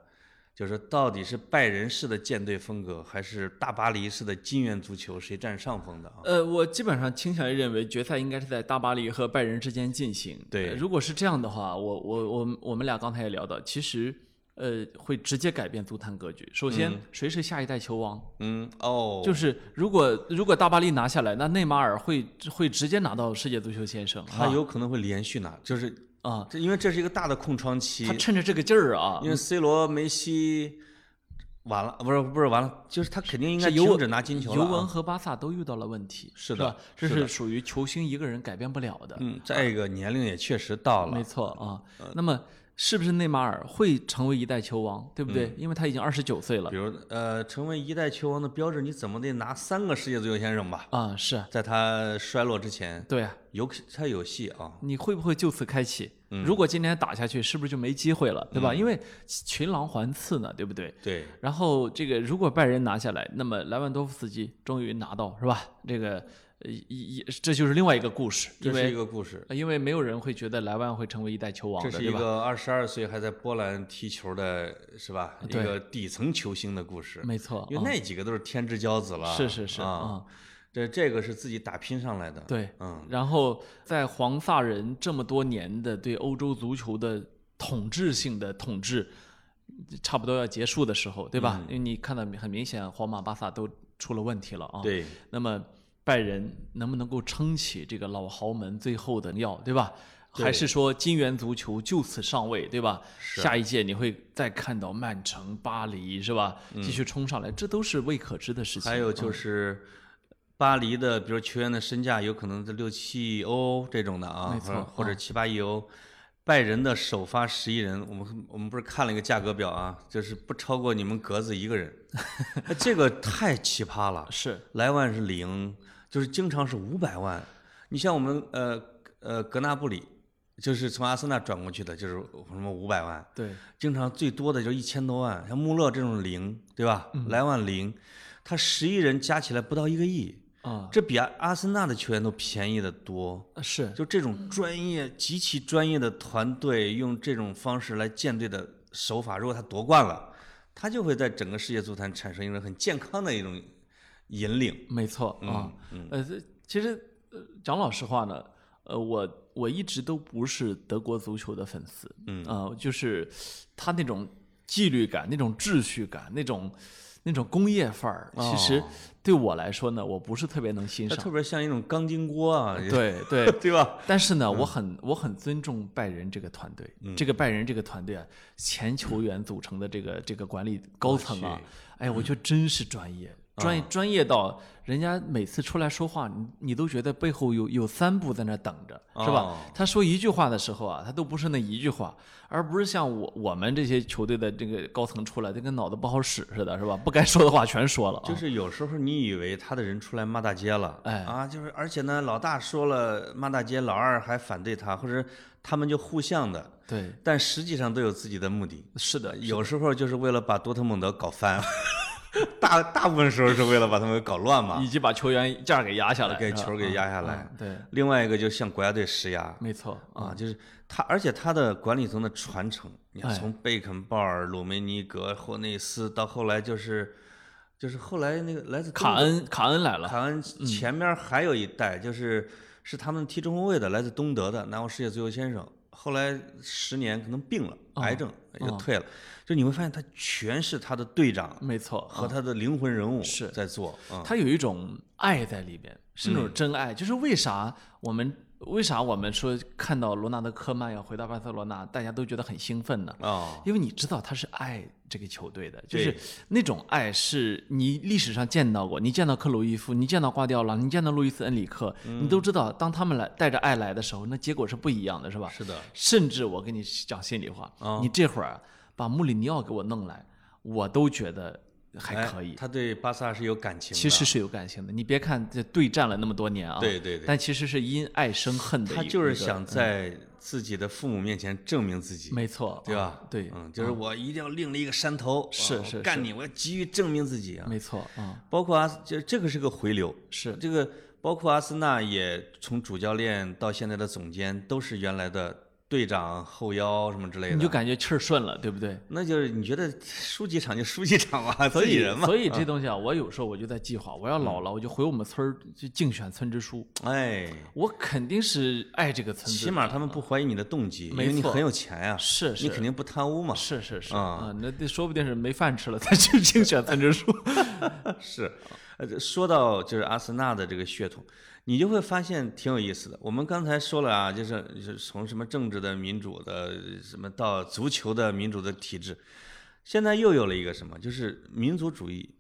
Speaker 1: 就是说到底是拜仁式的舰队风格，还是大巴黎式的金元足球，谁占上风的啊？
Speaker 2: 呃，我基本上倾向于认为决赛应该是在大巴黎和拜仁之间进行。
Speaker 1: 对
Speaker 2: 呃如果是这样的话，我我我们我们俩刚才也聊到，其实呃会直接改变足坛格局。首先，谁是下一代球王？
Speaker 1: 嗯，哦，
Speaker 2: 就是如果如果大巴黎拿下来，那内马尔会会直接拿到世界足球先生，
Speaker 1: 他
Speaker 2: 啊
Speaker 1: 有可能会连续拿，就是
Speaker 2: 啊，
Speaker 1: 这因为这是一个大的空窗期
Speaker 2: 他，趁着这个劲儿啊
Speaker 1: 因，为 C 罗、梅西完了，不是不是完了，就是他肯定应该
Speaker 2: 是尤
Speaker 1: 停止拿金球
Speaker 2: 尤
Speaker 1: 了、
Speaker 2: 文
Speaker 1: 啊。
Speaker 2: 和巴萨都遇到了问题，
Speaker 1: 是的
Speaker 2: 吧？这是属于球星一个人改变不了的，
Speaker 1: 嗯，再一个年龄也确实到
Speaker 2: 没
Speaker 1: 了，
Speaker 2: 错啊。
Speaker 1: 嗯
Speaker 2: 那么是不是内马尔会成为一代球王，对不
Speaker 1: 嗯
Speaker 2: 对？因为他已经二十九岁了
Speaker 1: 比如呃，成为一代球王的标志，你怎么得拿三个世界足球先生吧？
Speaker 2: 啊，是
Speaker 1: 在他衰落之前，
Speaker 2: 对啊。
Speaker 1: 有他有戏啊。
Speaker 2: 你会不会就此开启？
Speaker 1: 嗯
Speaker 2: 如果今天打下去，是不是就没机会了，对吧？因为群狼环伺呢，对不对？
Speaker 1: 对，
Speaker 2: 然后这个如果拜仁拿下来，那么莱万多夫斯基终于拿到是吧？这个呃一一这就是另外一个故事，
Speaker 1: 这
Speaker 2: 因
Speaker 1: 是一
Speaker 2: 为呃
Speaker 1: 个故事。
Speaker 2: 因为没有人会觉得莱万会成为一代球王
Speaker 1: 这
Speaker 2: 的，
Speaker 1: 是一
Speaker 2: 对吧？
Speaker 1: 个二十二岁还在波兰踢球的，是吧？一
Speaker 2: 对
Speaker 1: 个底层球星的故事。
Speaker 2: 没错，啊
Speaker 1: 因为那几个都是天之骄子了。
Speaker 2: 是是是嗯
Speaker 1: 啊，这这个是自己打拼上来的。，
Speaker 2: 对，
Speaker 1: 嗯，
Speaker 2: 然后在黄发人这么多年的对欧洲足球的统治性的统治，差不多要结束的时候，对吧？
Speaker 1: 嗯
Speaker 2: 因为你看到很明显，皇马、巴萨都出了问题了啊。。
Speaker 1: 对，
Speaker 2: 那么拜仁能不能够撑起这个老豪门最后的药，对吧？
Speaker 1: 对
Speaker 2: 还是说金元足球就此上位，对吧？
Speaker 1: 是
Speaker 2: 下一届你会再看到曼城、巴黎，是吧？继续冲上来，这都是未可知的事
Speaker 1: 嗯
Speaker 2: 情。嗯
Speaker 1: 还有就是巴黎的，比如球员的身价有可能在六七亿欧这种的啊，
Speaker 2: 没
Speaker 1: 或
Speaker 2: 错嗯
Speaker 1: 者或者七八亿欧。拜仁的首发十一人，我们我们不是看了一个价格表啊，就是不超过你们格子一个 人，这个太奇葩了。
Speaker 2: 是
Speaker 1: 莱万是零，就是经常是五百万。你像我们呃呃格纳布里，就是从阿森纳转过去的，就是什么五百万，
Speaker 2: 对，
Speaker 1: 经常最多的就一千多万。像穆勒这种零，对吧？
Speaker 2: 嗯
Speaker 1: 莱万零，他十一人加起来不到一个亿，
Speaker 2: 啊、
Speaker 1: 这比阿阿森纳的球员都便宜的多。
Speaker 2: 是
Speaker 1: 就这种专业、极其专业的团队，用这种方式来建队的手法，如果他夺冠了，他就会在整个世界足坛产生一种很健康的一种引领。
Speaker 2: 没错
Speaker 1: 嗯
Speaker 2: 啊，呃，这其实呃讲老实话呢，呃，我我一直都不是德国足球的粉丝，
Speaker 1: 嗯
Speaker 2: 啊，就是他那种纪律感、那种秩序感、那种那种工业范儿，其实
Speaker 1: 哦
Speaker 2: 对我来说呢，我不是特别能欣
Speaker 1: 它
Speaker 2: 赏
Speaker 1: 特。别像一种钢筋锅啊，也，
Speaker 2: 对对
Speaker 1: 对吧？
Speaker 2: 但是呢，我很我很尊重拜仁这个团队，这个拜仁这个团队啊，前球员组成的这个这个管理高层啊
Speaker 1: 去，
Speaker 2: 哎呀，我觉得真是专业，专业专业到人家每次出来说话，你你都觉得背后有有三步在那等着，是吧
Speaker 1: 哦？
Speaker 2: 他说一句话的时候啊，他都不是那一句话，而不是像我我们这些球队的这个高层出来，就跟脑子不好使似的，是吧？不该说的话全说了啊，
Speaker 1: 就是有时候你以为他的人出来骂大街了，
Speaker 2: 哎
Speaker 1: 啊，就是而且呢，老大说了骂大街，老二还反对他，或者他们就互相的，
Speaker 2: 对，
Speaker 1: 但实际上都有自己的目的。
Speaker 2: 是的，
Speaker 1: 有时候就是为了把多特蒙德搞翻， 大大部分时候是为了把他们搞乱嘛
Speaker 2: 以，及把球员价给压下来，
Speaker 1: 给
Speaker 2: 是吧
Speaker 1: 球给压下来。
Speaker 2: 嗯对，
Speaker 1: 另外一个就向国家队施压，
Speaker 2: 没错
Speaker 1: 啊，就是他，而且他的管理层的传承，你
Speaker 2: 哎
Speaker 1: 看从贝肯鲍尔、鲁梅尼格、霍内斯到后来就是，就是后来那个来自
Speaker 2: 卡
Speaker 1: 东
Speaker 2: 恩，卡恩来
Speaker 1: 德
Speaker 2: 了，嗯
Speaker 1: 卡恩前面还有一代，就是是他们踢中后卫的，来自东德的南欧世界足球先生，后来十年可能病了，
Speaker 2: 哦
Speaker 1: 癌症也就退了，就你会发现他全是他的队长
Speaker 2: 没错，
Speaker 1: 和他的灵魂人物
Speaker 2: 哦是
Speaker 1: 在做，啊，
Speaker 2: 他有一种爱在里面，是那种真爱。就是为啥我们为啥我们说看到罗纳德科曼要回到巴塞罗那，大家都觉得很兴奋呢？
Speaker 1: 哦，
Speaker 2: 因为你知道他是爱这个球队的，就
Speaker 1: 对
Speaker 2: 是那种爱是你历史上见到过，你见到克鲁伊夫，你见到瓜迪奥拉，你见到路易斯恩里克，
Speaker 1: 嗯
Speaker 2: 你都知道，当他们来带着爱来的时候，那结果是不一样的，是吧？
Speaker 1: 是的，啊
Speaker 2: 甚至我跟你讲心里话，你这会儿把穆里尼奥给我弄来，我都觉得还
Speaker 1: 哎
Speaker 2: 可以。
Speaker 1: 他对巴萨是有感情的，
Speaker 2: 其实是有感情的，你别看这对战了那么多年啊，
Speaker 1: 对对对
Speaker 2: 但其实是因爱生恨的一。
Speaker 1: 他就是
Speaker 2: 一个，嗯
Speaker 1: 想在自己的父母面前证明自己，
Speaker 2: 没错，
Speaker 1: 对吧
Speaker 2: 啊？对，
Speaker 1: 嗯，就是我一定要另立一个山头，
Speaker 2: 是
Speaker 1: 啊我
Speaker 2: 是是
Speaker 1: 干你，我要急于证明自己啊。
Speaker 2: 没错啊，
Speaker 1: 包括阿斯，这这个是个回流，
Speaker 2: 是
Speaker 1: 这个包括阿森纳也从主教练到现在的总监都是原来的队长、后腰什么之类的，
Speaker 2: 你就感觉气儿顺了，对不对？
Speaker 1: 那就是你觉得输几场就输几场吧，
Speaker 2: 所
Speaker 1: 自己
Speaker 2: 以
Speaker 1: 人嘛，嗯
Speaker 2: 所以这东西啊，我有时候我就在计划，我要老了，我就回我们村儿去竞选村支书，
Speaker 1: 哎，
Speaker 2: 我肯定是爱这个村
Speaker 1: 起
Speaker 2: 子，
Speaker 1: 码他们不怀疑你的动机，因
Speaker 2: 没
Speaker 1: 为你
Speaker 2: 错
Speaker 1: 很有钱呀，
Speaker 2: 是是
Speaker 1: 你肯定不贪污嘛，
Speaker 2: 是是是
Speaker 1: 啊
Speaker 2: 啊，那那说不定是没饭吃了 才去竞选村支书，
Speaker 1: 是，呃，说到就是阿森纳的这个血统，你就会发现挺有意思的。我们刚才说了啊，就是就是从什么政治的、民主的，什么到足球的民主的体制，现在又有了一个什么，就是民族主义，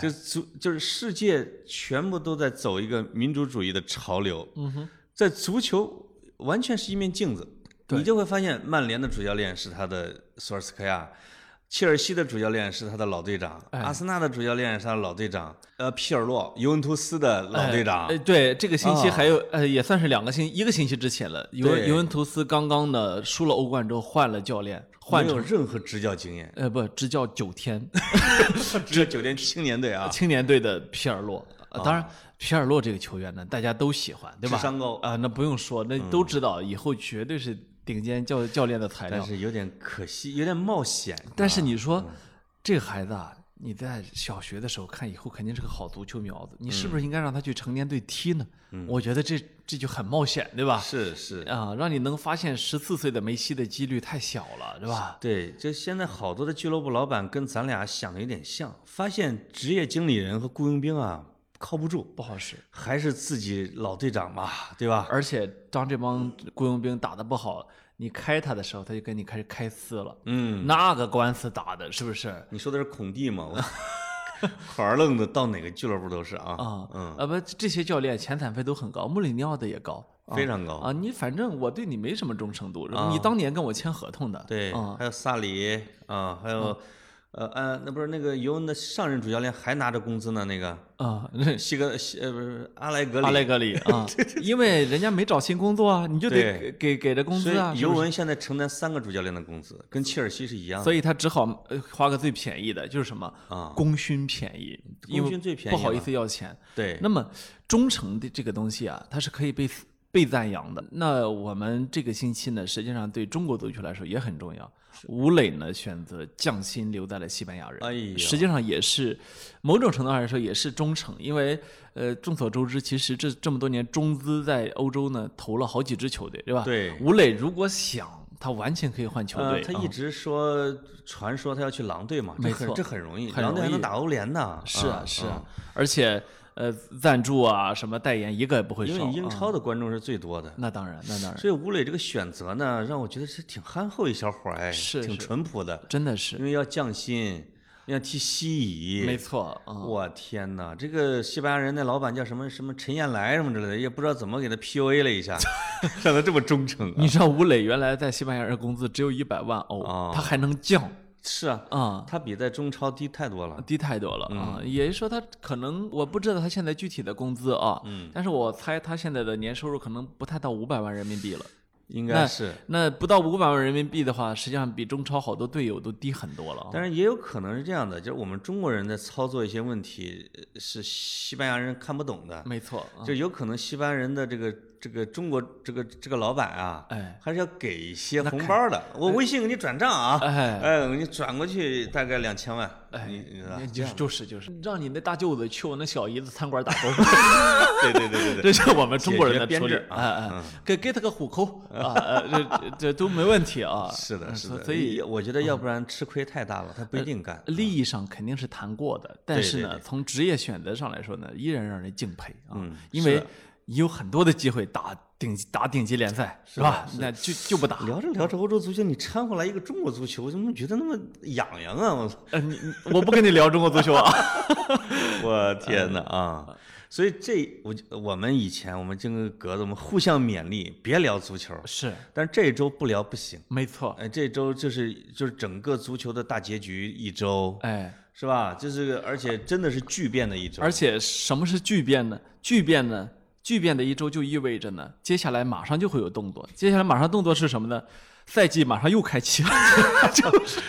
Speaker 1: 就足就是世界全部都在走一个民主主义的潮流。嗯哼，在足球完全是一面镜子，你就会发现曼联的主教练是他的索尔斯克亚。切尔西的主教练是他的老队长，阿森纳的主教练是他的老队长，呃，皮尔洛，尤文图斯的 老队长，
Speaker 2: 哎，对，这个星期
Speaker 1: 啊
Speaker 2: 还有、呃，也算是两个星一个星期之前了。尤文
Speaker 1: 对
Speaker 2: 尤文图斯刚刚呢输了欧冠之后换了教练，换
Speaker 1: 没
Speaker 2: 成
Speaker 1: 有任何执教经 验，
Speaker 2: 呃不执教九天
Speaker 1: 只有九天青年队啊，啊
Speaker 2: 青年队的皮尔洛呃当然，皮尔洛这个球员呢，大家都喜欢， 对吧？
Speaker 1: 智商高
Speaker 2: 啊、那不用说，那都知道，以后绝对是顶尖教教练的材料
Speaker 1: 但。是有啊嗯点可惜，有点冒险。
Speaker 2: 但是你说、这个孩子啊，你在小学的时候看，以后肯定是个好足球苗子，你是
Speaker 1: 嗯
Speaker 2: 不是应该让他去成年队踢呢？我觉得这这就很冒险，对吧？
Speaker 1: 是是，
Speaker 2: 啊，让你能发现十四岁的梅西的几率太小了，是吧？
Speaker 1: 对，就现在好多的俱乐部老板跟咱俩想的有点像，发现职业经理人和雇佣兵啊靠不住，
Speaker 2: 不好使。
Speaker 1: 还是自己老队长吧，对吧？
Speaker 2: 而且当这帮雇佣兵打得不好，你开他的时候，他就跟你开始开撕了。
Speaker 1: 嗯，
Speaker 2: 那个官司打的是不是？
Speaker 1: 你说的是孔蒂 吗？我 垮儿愣的，到哪个俱乐部都是啊，
Speaker 2: 啊，啊不，这些教练遣散费都很高，穆里尼奥的也高，啊
Speaker 1: 非常高。
Speaker 2: 啊。你反正我对你没什么忠诚度，
Speaker 1: 哦啊
Speaker 2: 你当年跟我签合同的，
Speaker 1: 对，
Speaker 2: 啊，
Speaker 1: 还有萨里啊，还
Speaker 2: 嗯
Speaker 1: 有。呃呃，那不是那个尤文的上任主教练还拿着工资呢，那个
Speaker 2: 啊，
Speaker 1: 西格西呃不是阿莱格里，
Speaker 2: 阿莱格里 啊，因为人家没找新工作啊，你就得
Speaker 1: 对
Speaker 2: 给给给着工
Speaker 1: 所
Speaker 2: 资啊，
Speaker 1: 以
Speaker 2: 是
Speaker 1: 尤
Speaker 2: 不是
Speaker 1: 文现在承担三个主教练的工资，跟切尔西是一样的。
Speaker 2: 所以他只好呃花个最便宜的，就是什么
Speaker 1: 啊
Speaker 2: 功勋便宜，因为
Speaker 1: 功勋最便宜
Speaker 2: 不好意
Speaker 1: 了
Speaker 2: 思要钱。
Speaker 1: 对，
Speaker 2: 那么忠诚的这个东西啊，它是可以被被赞扬的。那我们这个星期呢，实际上对中国足球来说也很重要。吴磊呢选择降薪留在了西班牙人，
Speaker 1: 哎呀
Speaker 2: 实际上也是某种程度上来说也是忠诚，因为呃众所周知，其实这这么多年中资在欧洲呢投了好几支球队，对吧？
Speaker 1: 对
Speaker 2: 吴磊如果想，他完全可以换球
Speaker 1: 呃，
Speaker 2: 队。
Speaker 1: 他
Speaker 2: 啊
Speaker 1: 一直说传说他要去狼队嘛，这
Speaker 2: 没
Speaker 1: 很
Speaker 2: 错
Speaker 1: 这很容易，
Speaker 2: 很
Speaker 1: 狼队
Speaker 2: 容
Speaker 1: 还能
Speaker 2: 易
Speaker 1: 打欧联呢。
Speaker 2: 是啊
Speaker 1: 嗯
Speaker 2: 是啊，，而且呃赞助啊什么代言一个也不会
Speaker 1: 嗯
Speaker 2: 少。嗯
Speaker 1: 因为英
Speaker 2: 啊
Speaker 1: 超的观众是最多的，
Speaker 2: 那当然那当然
Speaker 1: 所以吴磊这个选择呢，让我觉得是挺憨厚一小伙儿，哎，
Speaker 2: 是
Speaker 1: 挺
Speaker 2: 是
Speaker 1: 淳朴的，
Speaker 2: 真的是
Speaker 1: 因。为要降薪，要踢西乙，
Speaker 2: 没错啊，
Speaker 1: 我天哪，这个西班牙人那老板叫什么什么陈彦来什么之类的，也不知道怎么给他 PUA 了一 下，让他这么忠诚啊！
Speaker 2: 你知道吴磊原来在西班牙人工资只有一百万
Speaker 1: 哦
Speaker 2: 欧，他还能降
Speaker 1: 是啊，
Speaker 2: 啊，
Speaker 1: 他比在中超低太多了。
Speaker 2: 低太多了啊。
Speaker 1: 嗯
Speaker 2: 也就是说，他可能我不知道他现在具体的工资啊，
Speaker 1: 嗯
Speaker 2: 但是我猜他现在的年收入可能不太到五百万人民币了。
Speaker 1: 应
Speaker 2: 那
Speaker 1: 该是，
Speaker 2: 那不到五百万人民币的话，实际上比中超好多队友都低很多了啊。
Speaker 1: 但是也有可能是这样的，就是我们中国人在操作一些问题呃是西班牙人看不懂的，
Speaker 2: 没错啊，
Speaker 1: 就有可能西班牙人的这个这个中国这个这个老板啊，
Speaker 2: 哎
Speaker 1: 还是要给一些红包的。我微信给你转账啊，
Speaker 2: 哎
Speaker 1: 哎，我给你转过去大概两千万，
Speaker 2: 哎
Speaker 1: 你你知道吧？
Speaker 2: 就是就是就是，让你那大舅子去我那小姨子餐馆打工。
Speaker 1: 对对对对对，
Speaker 2: 这是我们中国人的
Speaker 1: 解
Speaker 2: 处理
Speaker 1: 决编制，啊
Speaker 2: 哎哎，给给他个虎口啊，呃这这这都没问题啊。
Speaker 1: 是的，
Speaker 2: 嗯
Speaker 1: 是的。
Speaker 2: 所以嗯
Speaker 1: 我觉得要不然吃亏太大了，他不一定干。
Speaker 2: 利益上肯定是谈过的，但
Speaker 1: 对
Speaker 2: 是呢，从职业选择上来说呢，依然让人敬佩啊
Speaker 1: 嗯，
Speaker 2: 因
Speaker 1: 是
Speaker 2: 为
Speaker 1: 的
Speaker 2: 你有很多的机会打顶打顶级联赛，是吧？那就就不打。
Speaker 1: 聊着聊着欧洲足球，你掺和来一个中国足球，我怎么觉得那么痒痒啊？我操！
Speaker 2: 呃，你你我不跟你聊中国足球啊。
Speaker 1: 我天
Speaker 2: 哎
Speaker 1: 哪啊！所以这我就我们以前我们这个格子，我们互相勉励，别聊足球。
Speaker 2: 是，
Speaker 1: 但 是这周不聊不行，
Speaker 2: 没错。
Speaker 1: 哎，这周就是就是整个足球的大结局一周，
Speaker 2: 哎，
Speaker 1: 是吧？就是而且真的是巨变的一周，
Speaker 2: 而且什么是巨变呢？巨变呢？巨变的一周就意味着呢，接下来马上就会有动作。接下来马上动作是什么呢？赛季马上又开启了， 就是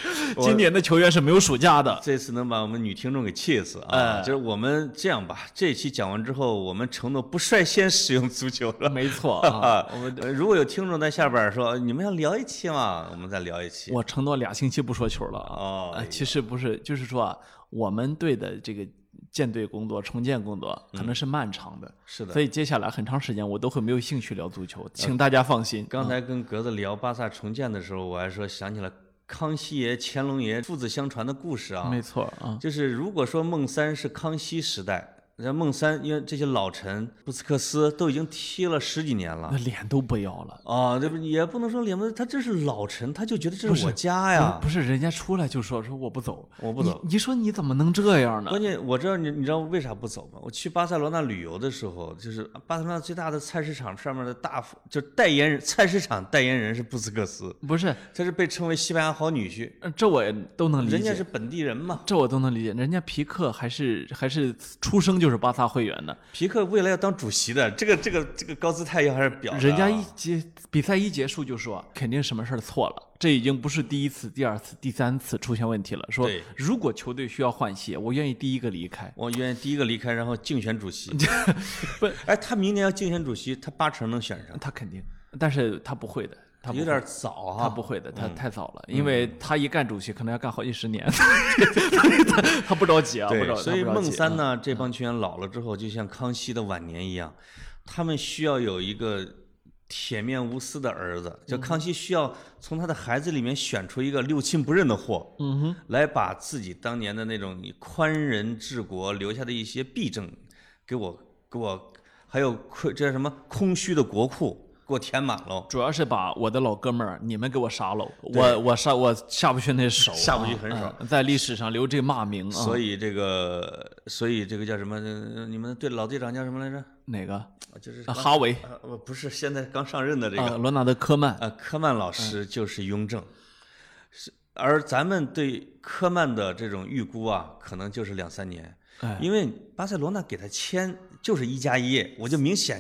Speaker 2: 今年的球员是没有暑假 的。
Speaker 1: 这次能把我们女听众给气死啊！
Speaker 2: 哎
Speaker 1: 就是我们这样吧，这期讲完之后，我们承诺不率先使用足球了。
Speaker 2: 没错 啊，我们
Speaker 1: 呃如果有听众在下边说呃你们要聊一期嘛，我们再聊一期。
Speaker 2: 我承诺俩星期不说球了啊。
Speaker 1: 哦
Speaker 2: 呃其实不是，就是说啊，我们队的这个建队工作、重建工作可能是漫长的，
Speaker 1: 嗯是的呃
Speaker 2: 所以接下来很长时间我都会没有兴趣聊足球，请大家放心。
Speaker 1: 刚才跟格子聊巴萨重建的时候，我还说想起了康熙爷、乾隆爷父子相传的故事啊。
Speaker 2: 没错啊，
Speaker 1: 就是如果说孟三是康熙时代，那孟三因为这些老臣布斯克斯都已经踢了十几年了
Speaker 2: 那脸都不要了。
Speaker 1: 啊，这不也不能说脸不，他这是老臣，他就觉得这是我家呀
Speaker 2: 不。是人家出来就说说我不走，
Speaker 1: 我不走
Speaker 2: 你。你说你怎么能这样呢？
Speaker 1: 关键我知道你，你知道为啥不走吗？我去巴塞罗那旅游的时候，就是巴塞罗那最大的菜市场上面的大，就代言人，菜市场代言人是布斯克斯，
Speaker 2: 不是，
Speaker 1: 他是被称为西班牙好女婿。
Speaker 2: 呃这我也都能理
Speaker 1: 人家
Speaker 2: 解，
Speaker 1: 是本地人嘛，
Speaker 2: 这我都能理解。人家皮克还是还是出生就是巴萨会员的，
Speaker 1: 皮克未来要当主席的，这个这个这个高姿态要还是表的啊
Speaker 2: 人家一结比赛一结束就说，肯定什么事儿错了，这已经不是第一次、第二次、第三次出现问题了。说
Speaker 1: 对
Speaker 2: 如果球队需要换血，我愿意第一个离开。
Speaker 1: 我愿意第一个离开，然后竞选主席。
Speaker 2: 不，
Speaker 1: 哎，他明年要竞选主席，他八成能选上，
Speaker 2: 他肯定，但是他不会的，他不
Speaker 1: 有
Speaker 2: 会
Speaker 1: 点早
Speaker 2: 他
Speaker 1: 哈。
Speaker 2: 不会的，
Speaker 1: 嗯
Speaker 2: 他太早了，因为他一干主席可能要干好几十年， 所以他他不着急啊，嗯不着
Speaker 1: 对，所以
Speaker 2: 他不着
Speaker 1: 孟
Speaker 2: 急
Speaker 1: 三呢，这帮球员老了之后，就像康熙的晚年一样，他们需要有一个铁面无私的儿子。就
Speaker 2: 嗯
Speaker 1: 康熙需要从他的孩子里面选出一个六亲不认的货，嗯哼，来把自己当年的那种宽仁治国留下的一些弊政，给我给我，还有亏这叫什么空虚的国库给我填满喽。
Speaker 2: 主要是把我的老哥们儿你们给我杀了，我我上我下不去那手啊，
Speaker 1: 下不去狠手
Speaker 2: 嗯，在历史上留这骂名啊。
Speaker 1: 所以这个，所以这个叫什么？呃你们队老队长叫什么来着？
Speaker 2: 哪个？
Speaker 1: 啊就是
Speaker 2: 啊哈维
Speaker 1: 呃，我不是现在刚上任的这
Speaker 2: 啊，
Speaker 1: 个，
Speaker 2: 罗纳德科曼，
Speaker 1: 呃，科曼
Speaker 2: 嗯
Speaker 1: 老师就是雍正，是而咱们对科曼的这种预估啊，可能就是两三年，
Speaker 2: 哎
Speaker 1: 因为巴塞罗那给他签就是一加一，我就明显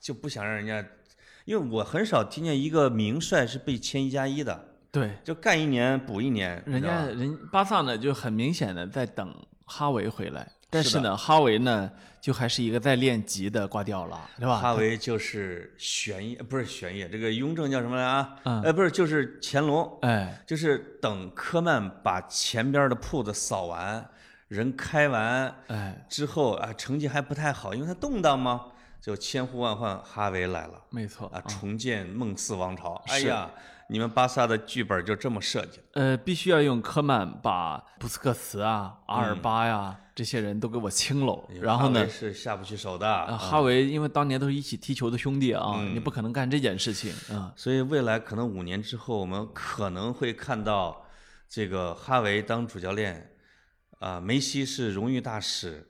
Speaker 1: 就不想让人家，因为我很少听见一个名帅是被签一加一的，
Speaker 2: 对，
Speaker 1: 就干一年补一年，你
Speaker 2: 人
Speaker 1: 知道
Speaker 2: 家
Speaker 1: 吧
Speaker 2: 人巴萨呢就很明显的在等哈维回来，但是呢，哈维呢就还是一个在练级的瓜迪奥拉，对吧？
Speaker 1: 哈维就是玄烨，不是玄烨，这个雍正叫什么来啊？
Speaker 2: 嗯
Speaker 1: 呃，不是，就是乾隆，
Speaker 2: 哎，
Speaker 1: 就是等科曼把前边的铺子扫完，人开完
Speaker 2: 哎，
Speaker 1: 之后啊，成绩还不太好，因为他动荡嘛，就千呼万唤，哈维来了
Speaker 2: 没错
Speaker 1: 啊，重建梦四王朝。哎
Speaker 2: 哦是
Speaker 1: 呀，你们巴萨的剧本就这么设计的。
Speaker 2: 呃，必须要用科曼把布斯克茨啊、阿尔巴呀、这些人都给我清喽。然后
Speaker 1: 嗯哈
Speaker 2: 呢
Speaker 1: 维，是下不去手的
Speaker 2: 呃，
Speaker 1: 啊
Speaker 2: 哈维因为当年都是一起踢球的兄弟啊，
Speaker 1: 嗯
Speaker 2: 你不可能干这件事情啊、
Speaker 1: 所以未来可能五年之后，我们可能会看到这个哈维当主教练，啊、梅西是荣誉大使，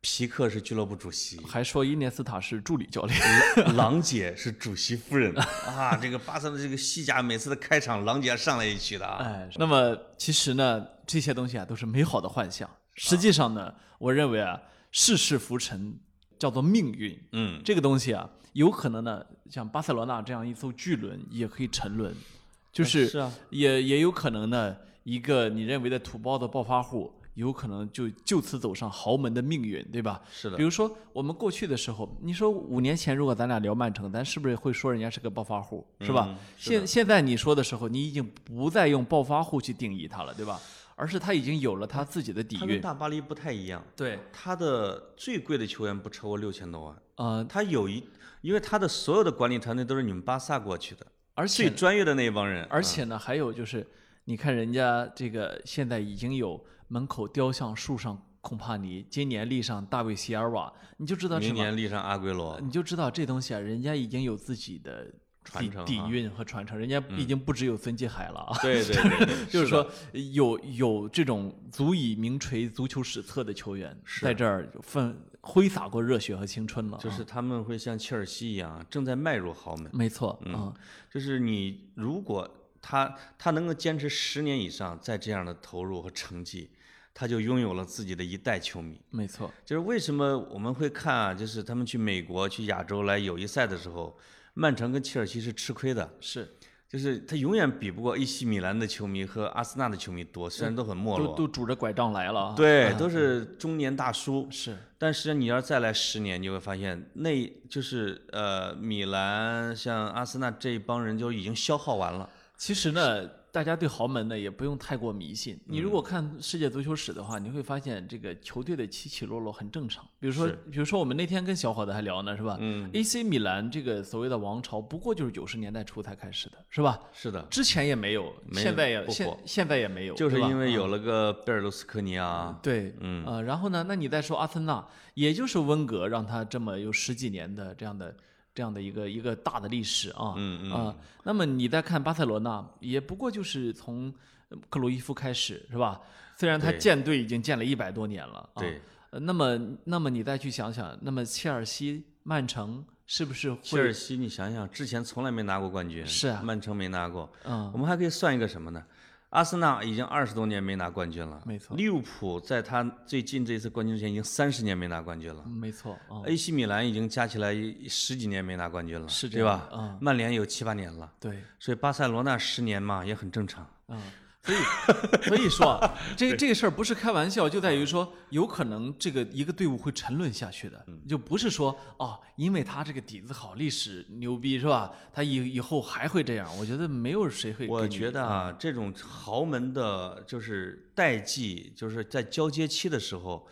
Speaker 1: 皮克是俱乐部主 席，
Speaker 2: 还说伊涅斯塔是助理教练，
Speaker 1: 郎姐是主席夫人啊！这个巴萨的这个西甲每次的开场，郎姐上来一曲的啊。
Speaker 2: 哎，那么其实呢，这些东西啊都是美好的幻
Speaker 1: 啊
Speaker 2: 想。实际上呢，我认为啊，世事浮沉叫做命运。
Speaker 1: 嗯，
Speaker 2: 这个东西啊，有可能呢，像巴塞罗那这样一艘巨轮也可以沉沦，就是
Speaker 1: 是啊
Speaker 2: 也也有可能呢，一个你认为的土包的暴发户，有可能就就此走上豪门的命运，对吧？
Speaker 1: 是的
Speaker 2: 比如说我们过去的时候，你说五年前如果咱俩聊曼城，咱是不是会说人家是个暴发户，嗯是吧？现现在你说的时候，你已经不再用暴发户去定义他了，对吧？而是他已经有了他自己的底
Speaker 1: 他跟
Speaker 2: 蕴。
Speaker 1: 大巴黎不太一样，
Speaker 2: 对，
Speaker 1: 他的最贵的球员不超过六千多万。
Speaker 2: 呃，
Speaker 1: 他有一，因为他的所有的管理团队都是你们巴萨过去的，
Speaker 2: 而且
Speaker 1: 最专业的那一帮人。
Speaker 2: 而且呢，还有就是，你看人家这个现在已经有门口雕像树上孔帕尼，今年立上大卫席尔瓦，你就知道什
Speaker 1: 明
Speaker 2: 么，
Speaker 1: 年立上阿圭罗，
Speaker 2: 你就知道这东西啊，人家已经有自己的
Speaker 1: 传
Speaker 2: 底
Speaker 1: 承
Speaker 2: 底
Speaker 1: 啊
Speaker 2: 蕴和传承，人家已经不只有孙继海了啊。
Speaker 1: 对对对对，
Speaker 2: 就
Speaker 1: 的
Speaker 2: 是说，有有这种足以名垂足球史册的球员，在这儿奋挥洒过热血和青春了啊。
Speaker 1: 就是他们会像切尔西一样，正在迈入豪门。
Speaker 2: 没错，嗯，
Speaker 1: 就是你如果他他能够坚持十年以上，在这样的投入和成绩，他就拥有了自己的一代球迷。
Speaker 2: 没错，
Speaker 1: 就是为什么我们会看啊，就是他们去美国、去亚洲来友谊赛的时候，曼城跟切尔西是吃亏的，
Speaker 2: 是
Speaker 1: 就是他永远比不过 AC 米兰的球迷和阿森纳的球迷多，虽然都很没
Speaker 2: 都
Speaker 1: 落，
Speaker 2: 都拄着拐杖来了啊。
Speaker 1: 对，都是中年大叔。
Speaker 2: 是，
Speaker 1: 但是你要再来十年，你会发现那就是呃，米兰像阿森纳这一帮人就已经消耗完了。
Speaker 2: 其实呢，大家对豪门呢也不用太过迷信。
Speaker 1: 嗯
Speaker 2: 你如果看世界足球史的话，你会发现这个球队的起起落落很正常。比如说，比如说我们那天跟小伙子还聊呢，是吧？嗯，AC 米兰这个所谓的王朝，不过就是九十年代初才开始的，是吧？
Speaker 1: 是的，
Speaker 2: 之前也没有，
Speaker 1: 嗯没有
Speaker 2: 现在也
Speaker 1: 不
Speaker 2: 现
Speaker 1: 火
Speaker 2: 现在也没有，
Speaker 1: 就是
Speaker 2: 对吧啊
Speaker 1: 因为有了个贝尔卢斯科尼啊，
Speaker 2: 对，嗯呃，然后呢，那你再说阿森纳，也就是温格让他这么有十几年的这样的这样的一个一个大的历史啊，嗯嗯啊、那么你再看巴塞罗那，也不过就是从呃克鲁伊夫开始是吧？虽然他
Speaker 1: 对
Speaker 2: 建队已经建了一百多年了，啊、
Speaker 1: 对，
Speaker 2: 呃，那么那么你再去想想，那么切尔西、曼城是不是
Speaker 1: 切
Speaker 2: 会
Speaker 1: 尔西，你想想，之前从来没拿过冠军，
Speaker 2: 是啊
Speaker 1: 曼城没拿过，
Speaker 2: 嗯
Speaker 1: 我们还可以算一个什么呢？阿森纳已经二十多年没拿冠军了，
Speaker 2: 没错
Speaker 1: 利物浦在他最近这次冠军之前已经三十年没拿冠军了。
Speaker 2: 嗯没错，嗯
Speaker 1: AC 米兰已经加起来十几年没拿冠军了，
Speaker 2: 是这
Speaker 1: 对吧
Speaker 2: 样？的嗯
Speaker 1: 曼联有七八年了，
Speaker 2: 对，
Speaker 1: 所以巴塞罗那十年嘛也很正常。
Speaker 2: 啊，所以所以说啊，这这个事儿不是开玩笑，就在
Speaker 1: 嗯
Speaker 2: 于说有可能这个一个队伍会沉沦下去
Speaker 1: 嗯
Speaker 2: 的，就不是说哦，因为他这个底子好，历史牛逼是吧？他以以后还会这样，我觉得没有谁会给你。嗯
Speaker 1: 我觉得啊，这种豪门的，就是代际，就是在交接期的时候，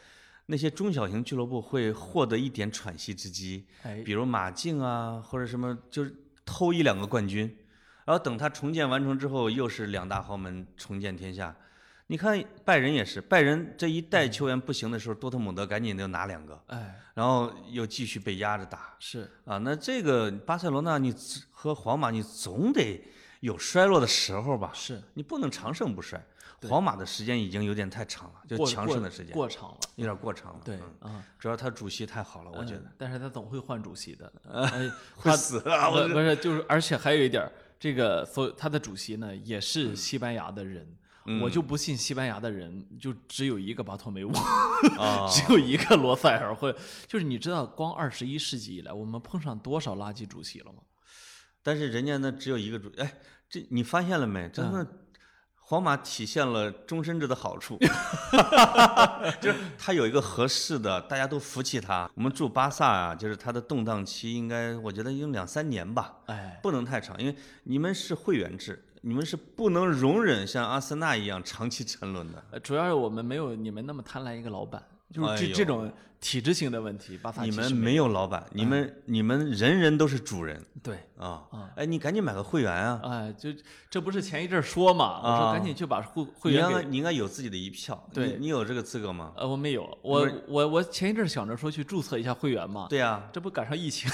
Speaker 1: 那些中小型俱乐部会获得一点喘息之机，
Speaker 2: 哎
Speaker 1: 比如马竞啊，或者什么，就是偷一两个冠军，然后等他重建完成之后，又是两大豪门重建天下。你看拜仁也是，拜仁这一代球员不行的时候，多特蒙德赶紧就拿两个，
Speaker 2: 哎
Speaker 1: 然后又继续被压着打。
Speaker 2: 是
Speaker 1: 啊，那这个巴塞罗那你和皇马你总得有衰落的时候吧？
Speaker 2: 是，
Speaker 1: 你不能长盛不衰。皇马的时间已经有点太长了，就
Speaker 2: 过
Speaker 1: 强
Speaker 2: 过
Speaker 1: 盛的时间
Speaker 2: 过场了，
Speaker 1: 有点过长了。
Speaker 2: 对
Speaker 1: 嗯
Speaker 2: 啊，
Speaker 1: 主要他主席太好了，我觉得
Speaker 2: 嗯但是他总会换主 席的，哎
Speaker 1: 会死啊！
Speaker 2: 不
Speaker 1: 我
Speaker 2: 不是，就是而且还有一点儿，这个所有他的主席呢也
Speaker 1: 嗯
Speaker 2: 是西班牙的人。我就不信西班牙的人就只有一个巴托梅乌，
Speaker 1: 啊
Speaker 2: 只有一个罗塞尔会，就是你知道，光二十一世纪以来，我们碰上多少垃圾主席了吗？
Speaker 1: 但是人家那只有一个主，哎，这你发现了没？
Speaker 2: 嗯
Speaker 1: 真的，皇马体现了终身制的好 处，就是他有一个合适的，大家都服气他。我们住巴萨啊，就是他的动荡期应该，我觉得有两三年吧。
Speaker 2: 哎，
Speaker 1: 不能太长，因为你们是会员制，你们是不能容忍像阿森纳一样长期沉沦 的。
Speaker 2: 呃主要是我们没有你们那么贪婪一个老板，就是这、
Speaker 1: 哎呦
Speaker 2: 这种体制性的问题，巴萨
Speaker 1: 你
Speaker 2: 其
Speaker 1: 们
Speaker 2: 实
Speaker 1: 没有老板，
Speaker 2: 嗯
Speaker 1: 你们你们人人都是主人
Speaker 2: 对，
Speaker 1: 啊！
Speaker 2: 嗯
Speaker 1: 哎，你赶紧买个会员 啊！
Speaker 2: 哎，就这不是前一阵儿说嘛，我说
Speaker 1: 啊
Speaker 2: 赶紧去把会会
Speaker 1: 你
Speaker 2: 员
Speaker 1: 应
Speaker 2: 给
Speaker 1: 该你应该有自己的一票，
Speaker 2: 对
Speaker 1: 你你有这个资格吗？
Speaker 2: 呃，我没有，我我我前一阵儿想着说去注册一下会员嘛，
Speaker 1: 对呀，
Speaker 2: 这不赶上疫情，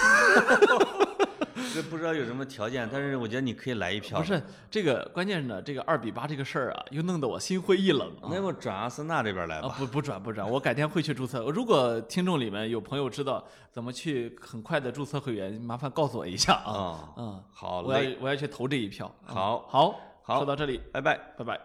Speaker 1: 这不知道有什么条件，但是我觉得你可以来一票。
Speaker 2: 不，是这个，关键是呢，这个二比八这个事儿啊，又弄得我心灰意冷啊。
Speaker 1: 那我转阿森纳这边来
Speaker 2: 啊，
Speaker 1: 吧。
Speaker 2: 不不转不转，我改天会去注册。如果听众里面有朋友知道怎么去很快的注册会员，麻烦告诉我一下啊。
Speaker 1: 啊，
Speaker 2: 嗯，
Speaker 1: 好
Speaker 2: 我
Speaker 1: 嘞，
Speaker 2: 要我要去投这一票。嗯
Speaker 1: 好
Speaker 2: 好，
Speaker 1: 好
Speaker 2: 说到这里，
Speaker 1: 拜拜。
Speaker 2: 拜拜。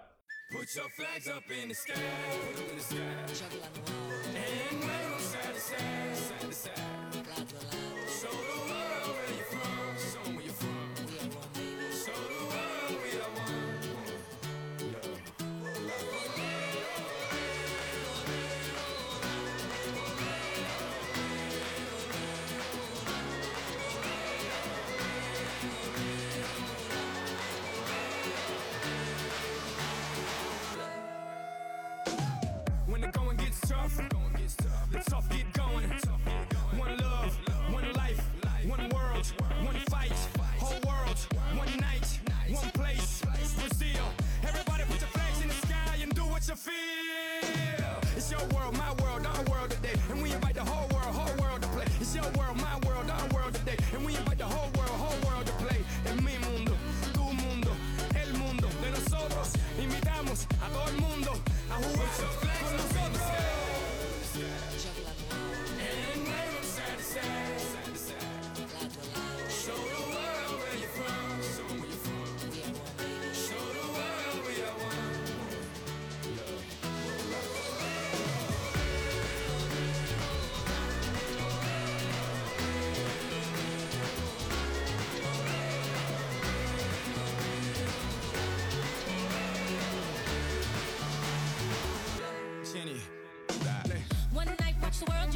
Speaker 3: Put your flags up in the sky, put 'em in the sky,
Speaker 4: Juggle and roll,
Speaker 3: and wave 'em side to side, side to side.
Speaker 4: glad we're alive.
Speaker 3: Show the world where you're from, show 'em where you're from.
Speaker 4: We are one, baby.
Speaker 3: Show the world we are one. Yeah. When the going gets tough, the tough get going. One love, one life, one world, one fight, whole world, one night, one place, Brazil. Everybody put your flags in the sky and do what you feel. It's your world, my world, our world today, and we invite the whole world, whole world to play. It's your world, my world, our world today, and we invite the whole world, whole world to play. En mi mundo, tu mundo, el mundo de nosotros. Invitamos a todo el mundo a jugar con nosotros.
Speaker 4: Juggle and roll,
Speaker 3: And wave 'em side to side.
Speaker 4: glad we're alive.
Speaker 3: Show the world where you're from. Show 'em where you're from.
Speaker 4: We are one, baby.
Speaker 3: Show the world we are one. Jenny.
Speaker 4: One night, watch the world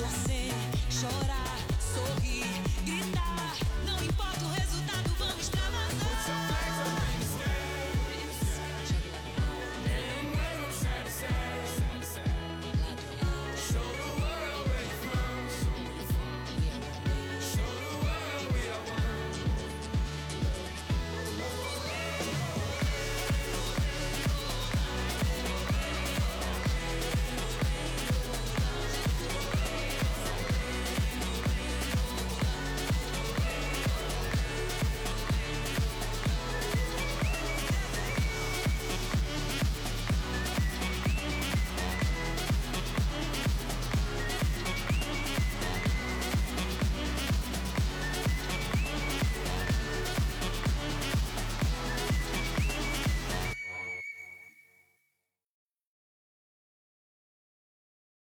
Speaker 4: short